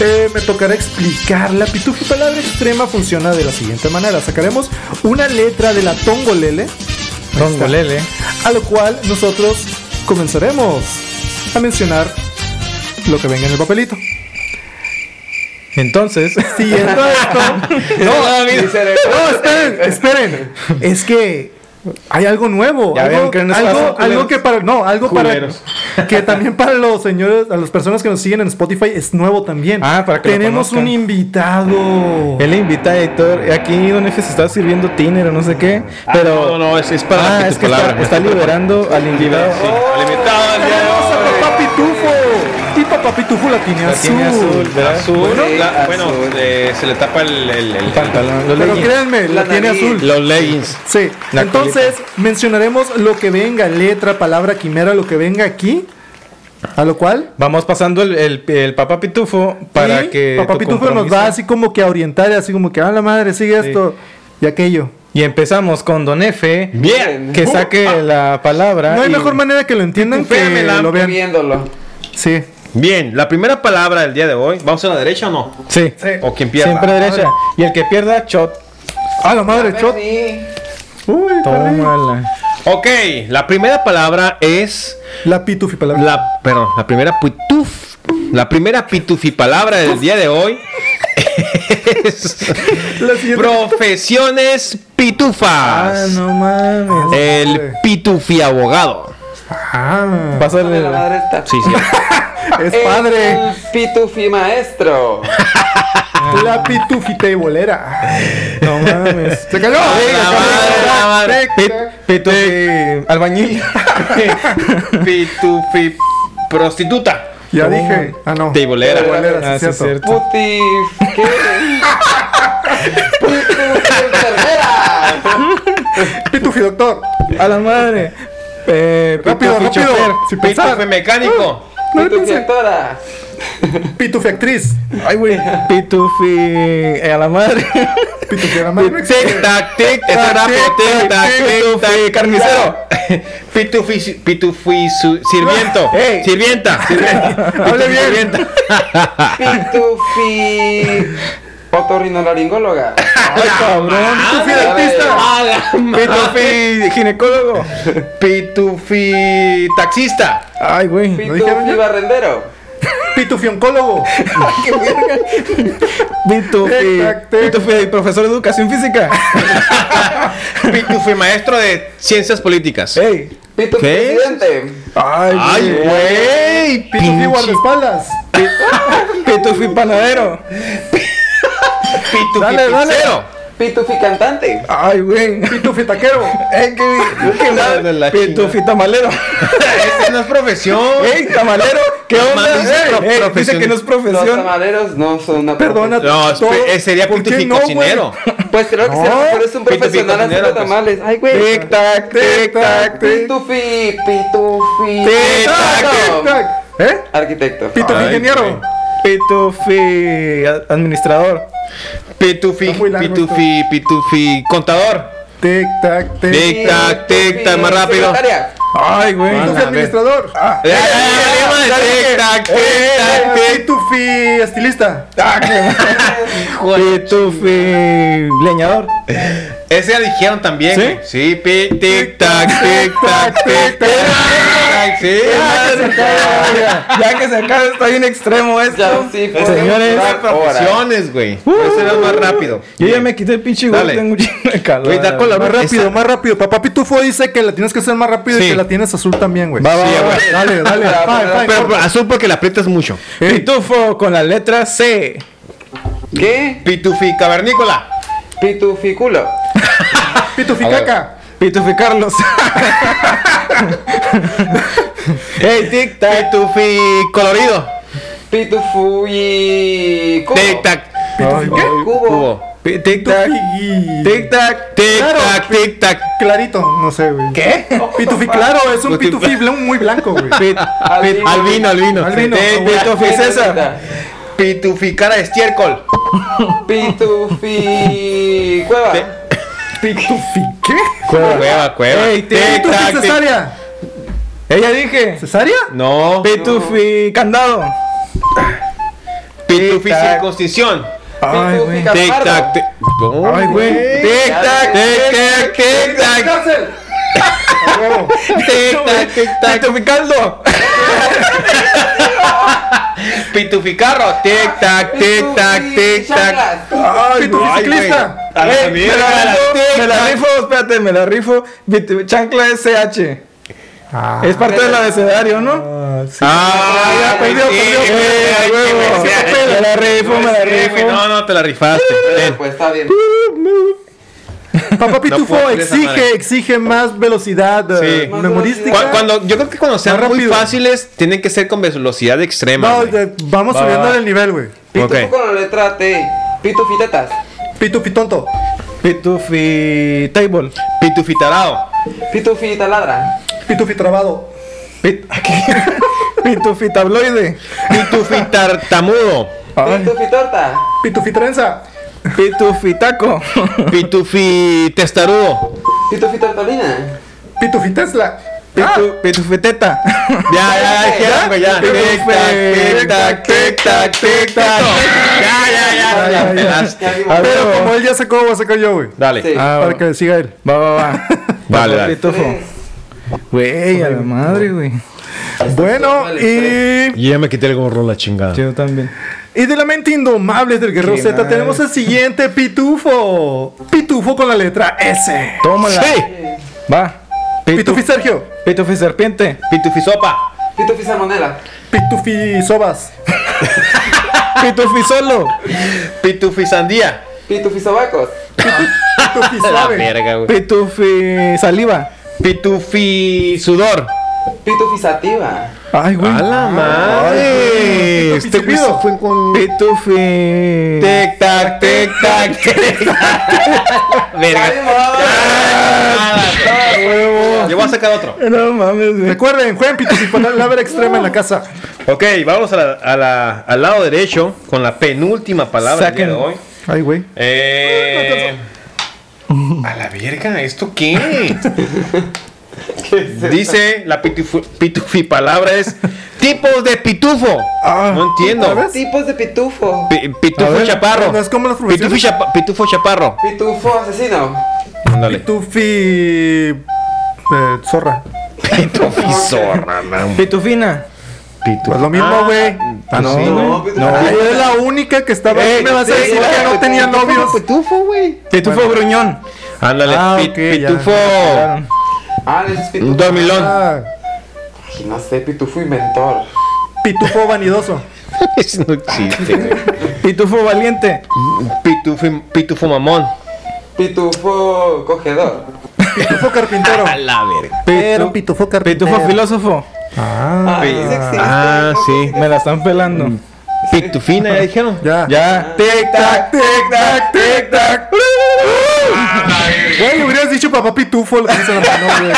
S4: eh, me tocará explicar. La pitufi palabra extrema funciona de la siguiente manera. Sacaremos una letra de la tongolele,
S2: Rongolele.
S4: a lo cual nosotros comenzaremos a mencionar lo que venga en el papelito.
S2: Entonces,
S4: Siguiendo esto...
S3: Dice,
S4: No, esperen, esperen. Es que Hay algo nuevo.
S2: Ya
S4: algo,
S2: ven que no es
S4: algo,
S2: fácil, culeros.
S4: algo que para. No, algo
S2: Culeros.
S4: para. Que también para los señores, a las personas que nos siguen en Spotify es nuevo también.
S2: Ah, para que lo
S4: Tenemos
S2: conozcan.
S4: un invitado.
S2: Él invita a Héctor. Aquí Don F se está sirviendo tiner o no sé qué. Pero.
S5: Ah, no, no, es- es para
S2: Ah,
S5: que tu
S2: es que está-
S5: palabra.
S2: está, liberando al invitado.
S5: Sí, limitado el día de
S4: Tenemos
S5: hoy.
S4: a Papá Pitufo. Y Papá Pitufo la tiene
S2: La
S4: azul.
S2: tiene azul, ¿verdad?
S5: Azul,
S3: Bueno,
S5: la-
S3: azul.
S5: bueno, eh, se le tapa el, el- el-
S2: El pantalón. Los
S4: Pero
S2: leggings.
S4: créanme, la,
S3: La
S4: tiene
S3: nariz.
S4: azul.
S5: los leggings.
S4: Sí.
S2: La
S4: Entonces, mencionaremos lo que venga, letra, palabra, quimera, lo que venga aquí. A lo cual.
S2: Vamos pasando el, el, el papá pitufo para
S4: y
S2: que.
S4: Papá
S2: tu
S4: Pitufo nos
S2: compromiso-
S4: va así como que a orientar, así como que, a la madre, sigue esto y aquello.
S2: Y empezamos con Don F.
S5: Bien.
S2: Que saque la palabra.
S4: Uh, ah. No hay
S2: Ah, y-
S4: mejor manera que lo entiendan que
S5: Pituféamela,
S4: lo vean.
S3: Viéndolo.
S4: Sí.
S5: Bien, la primera palabra del día de hoy. ¿Vamos a la derecha o no?
S2: Sí.
S5: O quien pierda.
S2: Siempre derecha. Y el que pierda, shot.
S4: A Ah, la madre,
S3: Pero
S4: chot.
S3: sí.
S4: Uy, caray.
S2: Tómala.
S5: Ok, la primera palabra es
S4: La pitufi palabra.
S5: la, perdón, la primera pituf, la primera pitufi palabra del día de hoy es
S4: La siguiente-
S5: profesiones
S2: Ah,
S5: pitufas.
S2: no mames.
S5: El pitufi abogado.
S4: Ah,
S2: Pásale.
S3: Dame la madre está.
S5: Sí, sí.
S4: es
S2: Eh.
S4: padre.
S3: El pitufi Eh, maestro.
S4: La pitufi teibolera. No mames. Se cayó.
S5: la madre, la madre.
S2: Pit, pito, eh, albañil.
S5: Pitufi prostituta.
S4: Ya dije. Ah, no.
S5: Teibolera.
S4: Teibolera, sí,
S2: Ah, sí, es
S4: cierto.
S2: cierto.
S3: Puti. ¿Qué? Pitufi enfermera.
S4: Pitufi, doctor.
S2: A la madre. Eh,
S4: Rápido,
S2: pitufi
S4: rápido.
S2: chofer. Ah,
S4: Sin
S5: Pitufi
S4: pensar.
S5: mecánico.
S4: No le
S3: Pitufi
S4: pensé.
S3: actora.
S4: Pitufi actriz.
S2: Ay, güey. Pitufi. eh, a la madre.
S4: Pitufi la madre.
S5: Tic tac tic, eso era por tic tac tic tac carnicero. Pitufi pitufi su- sirviento.
S2: Ah, Ey.
S5: Sirvienta, sirvienta.
S4: Hable bien.
S5: Sirvienta.
S3: Pitufi. Otorrinolaringóloga.
S2: Ay, cabrón.
S5: Ah,
S2: Pitufi
S3: madre.
S2: dentista.
S5: A Ah, la
S2: Pitufi ginecólogo.
S5: ma- Pitufi taxista.
S2: Ay, güey.
S3: Pitufi barrendero.
S4: Pitufi oncólogo.
S2: Pitufi.
S4: Tic-tac, tic.
S2: Pitufi profesor de educación física.
S5: Pitufi maestro de ciencias políticas.
S2: Ey.
S3: Pitufi
S5: ¿Qué?
S3: presidente.
S5: Ay,
S2: eh,
S5: güey.
S4: Pitufi
S5: pinche-
S4: guardaespaldas.
S2: Pitufi panadero.
S5: Pitufi
S2: Dale, dale.
S5: pizzero.
S3: Pitufi cantante.
S2: Ay, güey.
S4: Pitufi taquero.
S2: Ey, qué, qué mal.
S5: De la
S2: Pitufi tamalero.
S5: Esa no es profesión.
S2: Ey, tamalero. ¿Qué
S5: Tamal
S2: onda?
S5: dice
S2: Ey,
S5: pro-
S2: ey, dice
S5: profesión.
S2: que no es
S3: Los
S2: profesión.
S3: tamaleros no son una
S4: Perdona.
S5: No, es-
S4: todo-
S5: eh, sería
S4: ¿Por qué
S5: pitufi
S4: no, güey?
S5: cocinero.
S3: profesión. Pues creo que si a lo
S4: No.
S3: mejor es un
S5: Pitufi
S3: profesional
S5: cocinero,
S3: haciendo
S5: pues.
S3: tamales. Ay, güey.
S2: Tic tac, tic tac, tic.
S3: Pitufi, pitufi.
S5: Tic-tac,
S3: Arquitecto.
S4: Tac. ¿Eh?
S3: Arquitecto.
S4: Pitufi
S5: Ay,
S4: ingeniero.
S2: Pitufi a- administrador.
S5: Pitufi,
S4: Está muy largo
S5: pitufi, pitufi contador.
S4: Tic tac, tic.
S5: Tic tac, tic tac, más rápido.
S3: Secretaria.
S2: Ay, güey.
S4: Pitufi administrador. Ah,
S5: Ya, ya, ya, ya, Tic tac, tic tac,
S2: Eh,
S5: eh, tic
S4: Pitufi estilista.
S2: Ah, Pitufi leñador.
S5: Ese ya dijeron también.
S2: ¿Sí?
S5: güey. Sí, pi, tic tac, tic tac, tic tac. Sí, madre.
S2: Ya, ya que se acaba, está bien extremo esto.
S3: Ya, sí, pues.
S2: Señores,
S3: Ya,
S5: Profesiones, güey. Ese era más rápido.
S2: yo ya me quité el pinche güey.
S5: Dale.
S2: Tengo un chingo de calor.
S5: Güey, da con la
S4: Más
S5: Esa-
S4: rápido, más rápido. Papá Pitufo dice que la tienes que hacer más rápido y
S5: Sí.
S4: que la tienes azul también, güey.
S2: Va, va,
S5: Sí,
S2: va, va.
S5: güey.
S4: Dale, dale.
S3: Pero,
S4: Fine, fine,
S5: Pero, pero
S4: corta.
S5: azul porque la aprietas mucho.
S2: Pitufo con la letra C.
S3: ¿Qué?
S5: Pitufi cavernícola.
S3: Pitufi culo.
S4: Pitufi
S5: A ver.
S4: caca.
S2: Pitufi Carlos.
S5: Ey, tic tac. Pitufi colorido.
S3: Pitufi cubo.
S5: Tic tac.
S4: Pitufi qué?
S3: Cubo.
S2: Tic tac.
S4: Pitufi-
S2: Tic tac.
S5: Tic
S4: Claro. ¿Eh?
S5: tac, tic tac.
S4: Clarito, no sé, güey.
S2: ¿Qué?
S4: Pitufi claro, es un
S5: Pitufi-
S4: pitufi blan- muy blanco, güey.
S3: Albino.
S5: Albino, albino.
S4: Albino.
S5: Tic,
S4: Albino.
S5: Pitufi César. Pitufi cara de estiércol.
S3: Pitufi cueva.
S4: ¿Pitufi qué?
S5: Cueva, cueva.
S2: Ey, tic,
S5: Tic,
S4: ¿Pitufi
S5: tac, tic.
S4: cesárea?
S2: Ella dije.
S4: ¿Cesárea?
S5: No.
S2: Pitufi candado.
S5: Pitufi
S2: Tic-tac.
S5: circuncisión.
S4: Ay,
S3: Pitufi
S4: güey.
S5: Tic
S3: capardo.
S5: tac. tic- No.
S2: Ay, güey.
S5: Tic tac, tic tac, tic tac.
S4: A huevo.
S5: Tic tac, tic tac.
S2: Pitufi caldo.
S5: Pituficarro. Tic tac, tic tac, tic tac.
S2: Ay,
S4: Pito
S2: no, ay,
S4: ciclista.
S2: güey.
S5: Ay,
S2: Ey,
S5: mira,
S2: Eh, me la
S5: la
S2: rifo, Me la
S5: tic-tac.
S2: rifo, espérate, me la rifo. Vit- Chancla es CH.
S4: Ah.
S2: Es parte del abecedario, ¿no?
S4: Ah, sí.
S5: Ah,
S2: Ay, ya,
S5: ya,
S2: perdió,
S5: sí,
S2: perdió,
S5: güey,
S2: perdió,
S5: ay,
S2: güey.
S5: qué vergüenza.
S2: Me la rifo, me la
S5: Sí, güey,
S2: rifo.
S5: No, no, te la rifaste. Ten.
S3: Pues está bien.
S4: Papá Pitufo
S5: puedo creer esa madre.
S4: exige, exige más velocidad eh,
S5: Sí.
S4: memorística.
S5: Cu- Cuando, yo creo que cuando sean
S4: Más
S5: muy
S4: rápido.
S5: fáciles, tienen que ser con velocidad extrema.
S4: No,
S5: güey.
S4: de- vamos
S2: Va,
S4: subiendo
S2: va.
S4: el nivel, güey.
S3: Pitufo
S5: Ok.
S3: con la letra T. Pitufitetas.
S4: Pitufitonto.
S2: Pitufi table.
S5: Pitufitarao.
S3: Pitufita ladra.
S4: Pitufitrabado.
S2: Pit- aquí. Pitufi tabloide.
S5: Pitufitartamudo.
S3: Pitufitorta.
S4: Pitufitrenza.
S2: Pitufi taco.
S5: Pitufitestarudo.
S3: Pitufitortolina.
S4: Pitufitesla.
S2: Pitu- Pitufi teta.
S5: Ya, ya, ya, ya, güey, ya. Tic tac, tic tac, tic tac, tic tac. Ya, ya, ya, ya.
S4: ya, ya.
S5: Hasta-
S3: Ya digo,
S2: A ver,
S4: Pero
S2: huevo.
S4: como él ya sacó, voy a sacar yo, güey.
S5: Dale.
S3: Sí.
S2: Ah,
S4: Para que siga él.
S2: va, va, va.
S5: Dale,
S2: Va,
S5: dale.
S2: Pitufo.
S3: tres.
S2: Güey, a la madre, güey.
S4: Bueno, y,
S5: Ya me quité el gorro la chingada.
S2: Yo también.
S4: y de la mente indomable del Guerrero
S2: Qué
S4: Z
S2: mal.
S4: tenemos el siguiente pitufo. Pitufo con la letra S.
S2: Tómala.
S5: Sí.
S2: Va. Pitu-
S4: Pitufi Sergio.
S2: Pitufi serpiente.
S5: Pitufisopa.
S3: Pitufisarmonela.
S4: Pitufi Sobas.
S2: Pitufi solo.
S5: Pitufisandía.
S3: Pitufisabacos.
S4: Pitufi
S5: La
S4: Suave.
S5: verga, güey.
S2: Pitufi saliva.
S5: Pitufisudor.
S3: Pitufisativa.
S2: Ay, güey.
S5: A la Ah, madre. Este güey se fue con.
S2: Pitufi.
S5: Tic tac, tic tac, tic tac. Verga.
S3: Nada,
S5: Ah, Yo voy a sacar otro.
S2: No mames, güey.
S4: Recuerden, jueguen Pitufi con la labra extrema en la casa.
S5: Ok, vamos a la- a la- al lado derecho con la penúltima palabra del día de
S2: Saquen.
S5: hoy.
S4: Ay, güey.
S5: Eh, a la verga, ¿esto qué? Dice la pitufu- pitufi palabra es tipos de pitufo.
S4: Ah,
S5: no entiendo.
S4: ¿otra vez?
S3: Tipos de pitufo.
S5: Pi-
S4: A
S5: pitufo
S4: ver,
S5: chaparro.
S4: ¿no es como las
S5: pitufo,
S4: profesiones?
S5: chapa- pitufo chaparro.
S3: Pitufo asesino.
S5: Ándale.
S4: Pitufi. eh, zorra.
S5: Pitufi zorra, man.
S2: Pitufina.
S5: Pitufo.
S4: Pues lo mismo,
S5: Ah,
S4: güey.
S2: Ah, no,
S5: sí,
S2: güey.
S5: güey.
S2: No.
S4: Ay, yo era la única que estaba.
S5: Eh,
S4: ¿Qué me vas a
S5: sí,
S4: decir
S5: sí,
S4: que no
S3: sí,
S4: tenía
S3: sí,
S4: novios?
S5: Pitufo, güey.
S2: Pitufo gruñón.
S5: Ándale.
S4: Ah,
S5: pit-
S4: ok, ya.
S5: pitufo.
S2: Claro.
S3: Ah, ese es pitufo.
S5: Un dormilón.
S4: Ah,
S3: Ay, no sé, pitufo inventor.
S4: pitufo vanidoso.
S5: Ese no existe, güey.
S2: Pitufo valiente.
S5: Pitufo, pitufo mamón.
S3: Pitufo cogedor.
S4: Pitufo carpintero.
S5: A la verga.
S4: Pero Ah, pitufo carpintero.
S2: Pitufo filósofo.
S4: Ah,
S3: Ah, ese existe.
S5: Ah, sí.
S2: Me la están pelando.
S5: Pitufina, ya dijeron.
S4: ya.
S2: Ya. Tic tac, tic tac, tic tac.
S5: Ah,
S4: Güey, hubieras dicho papá pitufo. Lo que dice la mano, güey.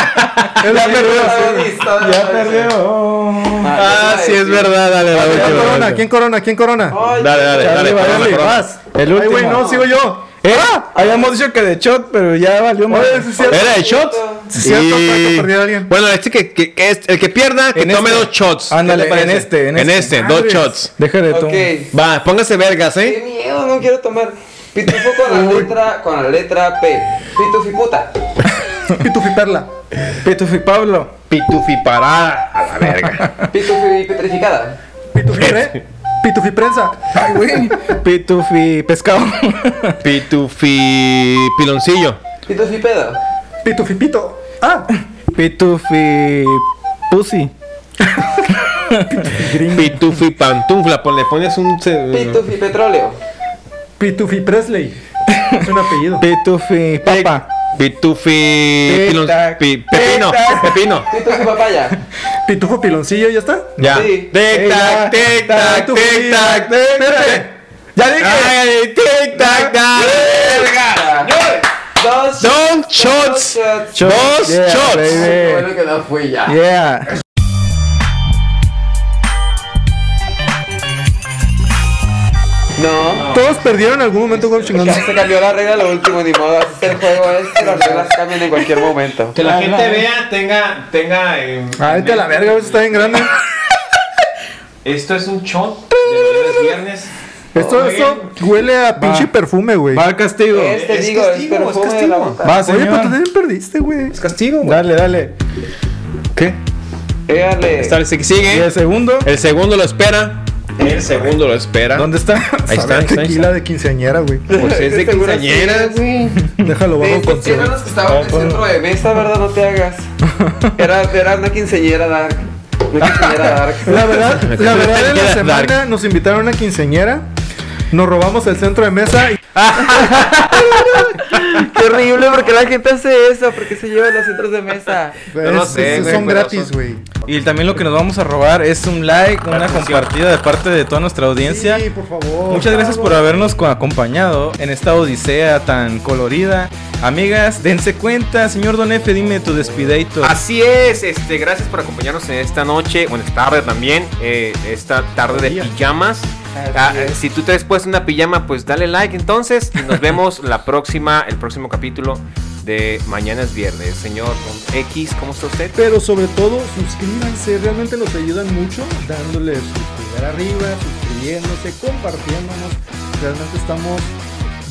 S4: Es la
S3: Ya
S4: verdad.
S3: había visto, ya había
S2: Ya
S3: visto.
S2: perdió.
S5: Ah, sí, es verdad. Dale, la
S4: ¿Quién
S5: última.
S4: corona? ¿Quién corona? ¿Quién corona?
S3: Ay,
S5: Dale, dale, dale.
S2: Charlie,
S5: corona,
S2: dale,
S5: corona.
S4: Vas.
S2: El
S4: Ay, güey,
S2: último.
S4: no, sigo yo.
S2: Eh, habíamos dicho que de shot, pero ya valió Eh, más.
S4: Oye, sí, sí,
S5: ¿Era de shots?
S4: Sí, cierto, para que perdiera alguien.
S5: Bueno, este que, que- que es- el que pierda, que
S2: En
S5: tome
S2: este.
S5: dos shots.
S2: Ándale,
S5: ¿Qué te parece?
S2: en este, en
S5: En
S2: este.
S5: este, dos
S4: Madres.
S5: shots.
S2: Deja de tomar.
S3: Ok.
S5: Va, póngase vergas,
S3: Qué
S5: ¿eh?
S3: miedo, no quiero tomar. Pitufo con la letra, con la letra P. Pitufiputa.
S4: Pitufi perla.
S2: Pitufi Pablo.
S5: Pitufi parada. A la verga.
S3: Pitufi petrificada.
S4: Pitufi pre- Pitufi prensa.
S2: Ay, güey. Pitufi pescado.
S5: Pitufi piloncillo.
S3: Pitufi pedo.
S4: Pitufi pito. Ah,
S2: Pitufi pussy.
S5: Pitufi pantufla. pon- Le pones un. se-
S3: Pitufi petróleo.
S4: Pitufi Presley. Es un apellido.
S2: Pitufi papa.
S5: Pitufi. pilon-
S2: Tic-tac.
S5: pi- Pepino.
S2: Tic-tac.
S5: Pepino.
S3: Pitufi papaya.
S4: Pitufo piloncillo, ya está.
S5: Ya.
S3: Sí.
S5: Tic tac, tic tac, tic tac, tic
S2: ah, Ya dije.
S5: tac. Tic tac,
S3: Ah, Dos
S5: Don shots.
S3: shots.
S5: Dos
S2: Yeah,
S5: shots.
S3: Qué
S2: baby.
S3: Bueno que no fui ya.
S2: Yeah.
S3: No.
S4: Todos perdieron en algún momento con chingón.
S3: Se cambió la regla lo último, ni modo. Así es el juego este, las reglas cambian en cualquier momento.
S5: Que la gente vea, tenga, tenga. eh,
S4: Ah, vete a la verga, eso está bien grande.
S5: Esto es un shot de los viernes.
S4: Esto, esto huele a pinche perfume, güey.
S2: Va al castigo.
S3: Este
S5: Es
S3: digo,
S5: castigo,
S3: es
S5: es
S3: perfume de la
S5: castigo.
S3: bondad.
S2: Va,
S4: Oye, pero tú
S2: señor.
S4: también perdiste, güey.
S5: Es castigo,
S2: Dale, dale.
S5: ¿Qué?
S3: Éale.
S5: Está el que
S2: Y
S5: sigue.
S2: el segundo,
S5: El segundo lo espera. El segundo lo espera.
S2: ¿dónde está?
S5: Ahí está, ahí está, ahí
S4: Tequila de quinceañera, güey.
S5: Pues es de
S3: Seguro
S5: quinceañera,
S3: sí.
S5: güey.
S4: Déjalo
S3: De
S4: bajo
S3: estos que eran
S4: control.
S3: los que estaban en el centro de mesa, ¿verdad? No te hagas. Era, era una quinceñera dark. Una quinceñera dark.
S4: La verdad, la verdad en la
S5: Tequila
S4: semana
S5: Dark.
S4: nos invitaron a una quinceañera. Nos robamos el centro de mesa y
S3: Qué horrible, porque la gente hace eso? porque se lleva a los centros de mesa?
S5: Yo no sé,
S4: pues, es-
S5: güey,
S4: son
S5: pero
S4: gratis,
S5: son-
S4: güey.
S2: Y también lo que nos vamos a robar es un like, una compartida de parte de toda nuestra audiencia.
S4: Sí, por favor.
S2: Muchas gracias por habernos co- acompañado en esta odisea tan colorida. Amigas, dense cuenta, señor Don Efe, dime tu despideito.
S5: Así es, este, gracias por acompañarnos en esta noche, o en esta tarde también, eh, esta tarde de pijamas. Ah, eh, si tú te has puesto una pijama, pues dale like entonces y nos vemos la próxima, el próximo capítulo de Mañana es Viernes. Señor X, ¿cómo está usted?
S4: Pero sobre todo, suscríbanse, realmente nos ayudan mucho dándole su pulgar arriba, suscribiéndose, compartiéndonos. Realmente estamos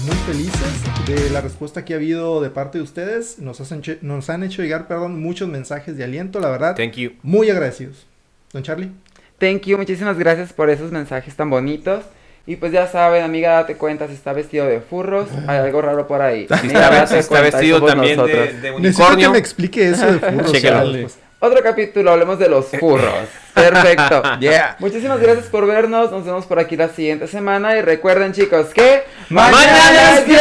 S4: muy felices de la respuesta que ha habido de parte de ustedes. Nos, hacen che- nos han hecho llegar perdón, muchos mensajes de aliento, la verdad.
S5: Thank you.
S4: Muy agradecidos. Don Charlie.
S3: Thank you, muchísimas gracias por esos mensajes tan bonitos. Y pues ya saben, amiga, date cuenta si está vestido de furros, hay algo raro por ahí.
S5: Si
S3: Amiga,
S5: está,
S3: date
S5: si está
S3: cuenta, y
S5: vestido
S3: somos
S5: también de,
S3: nosotros.
S5: de
S4: Necesito que
S5: unicornio.
S4: me explique eso de furros.
S5: Chécalo.
S4: Charlie.
S3: Otro capítulo, hablemos de los furros. Perfecto.
S5: Yeah.
S3: Muchísimas gracias por vernos. Nos vemos por aquí la siguiente semana. Y recuerden, chicos, que.
S5: ¡Mañana es viernes!